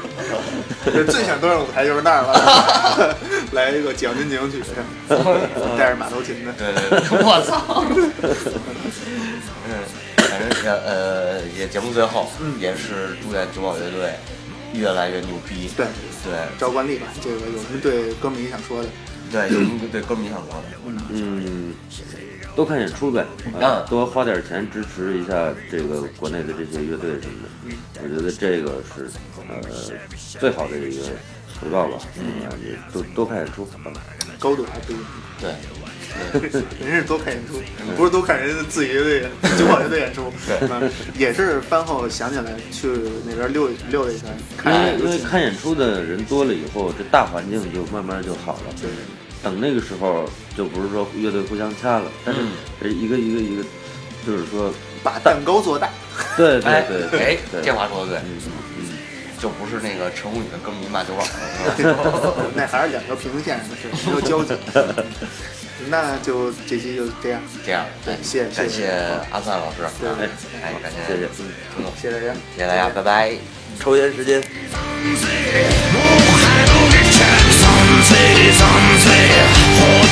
[SPEAKER 1] 这最想登上舞台就是那儿了， 来一个解放军进行曲，带着马头琴的，
[SPEAKER 2] 对对对， 我操！嗯，反正也呃，也节目最后也是祝愿九宝乐队越来越牛逼。
[SPEAKER 1] 对，
[SPEAKER 2] 对
[SPEAKER 1] 照惯例吧。这个有什么对歌迷想说的？
[SPEAKER 2] 对，有一个对歌迷想说的，
[SPEAKER 3] 嗯，多看演出呗，啊，
[SPEAKER 2] 嗯
[SPEAKER 3] 多花点钱支持一下这个国内的这些乐队什么的，我觉得这个是呃最好的一个回报吧。嗯，啊也多多看演出，啊
[SPEAKER 1] 高度还不一样。
[SPEAKER 2] 对
[SPEAKER 1] 人是多看演出，不是多看人家自己乐队演，就跑乐队演出，嗯也是饭后想起来去那边溜一溜达一圈，
[SPEAKER 3] 因
[SPEAKER 1] 看
[SPEAKER 3] 为
[SPEAKER 1] 看
[SPEAKER 3] 因为看演出的人多了以后，这大环境就慢慢就好了。等那个时候，就不是说乐队互相掐了，但是
[SPEAKER 2] 嗯
[SPEAKER 3] 这一个一个一个，就是说，
[SPEAKER 1] 把蛋糕做大，
[SPEAKER 3] 对对
[SPEAKER 2] 哎
[SPEAKER 3] 对
[SPEAKER 2] 哎
[SPEAKER 3] 对，对，
[SPEAKER 2] 这话说的对，
[SPEAKER 3] 嗯嗯
[SPEAKER 2] 就不是那个陈宏宇的歌迷骂九宝了。
[SPEAKER 1] 那还是两条平行线上的事，没有交集。 那就这期就这样，
[SPEAKER 2] 这样，
[SPEAKER 1] 对谢谢
[SPEAKER 2] 感谢阿赞老师，
[SPEAKER 1] 对
[SPEAKER 2] 啊
[SPEAKER 1] 对
[SPEAKER 2] 哎，感谢，
[SPEAKER 3] 谢谢
[SPEAKER 2] 陈
[SPEAKER 3] 嗯
[SPEAKER 2] 总，
[SPEAKER 1] 谢谢大家。
[SPEAKER 2] 谢谢大家，拜拜。
[SPEAKER 3] 嗯，抽烟时间。
[SPEAKER 5] Something, something, something.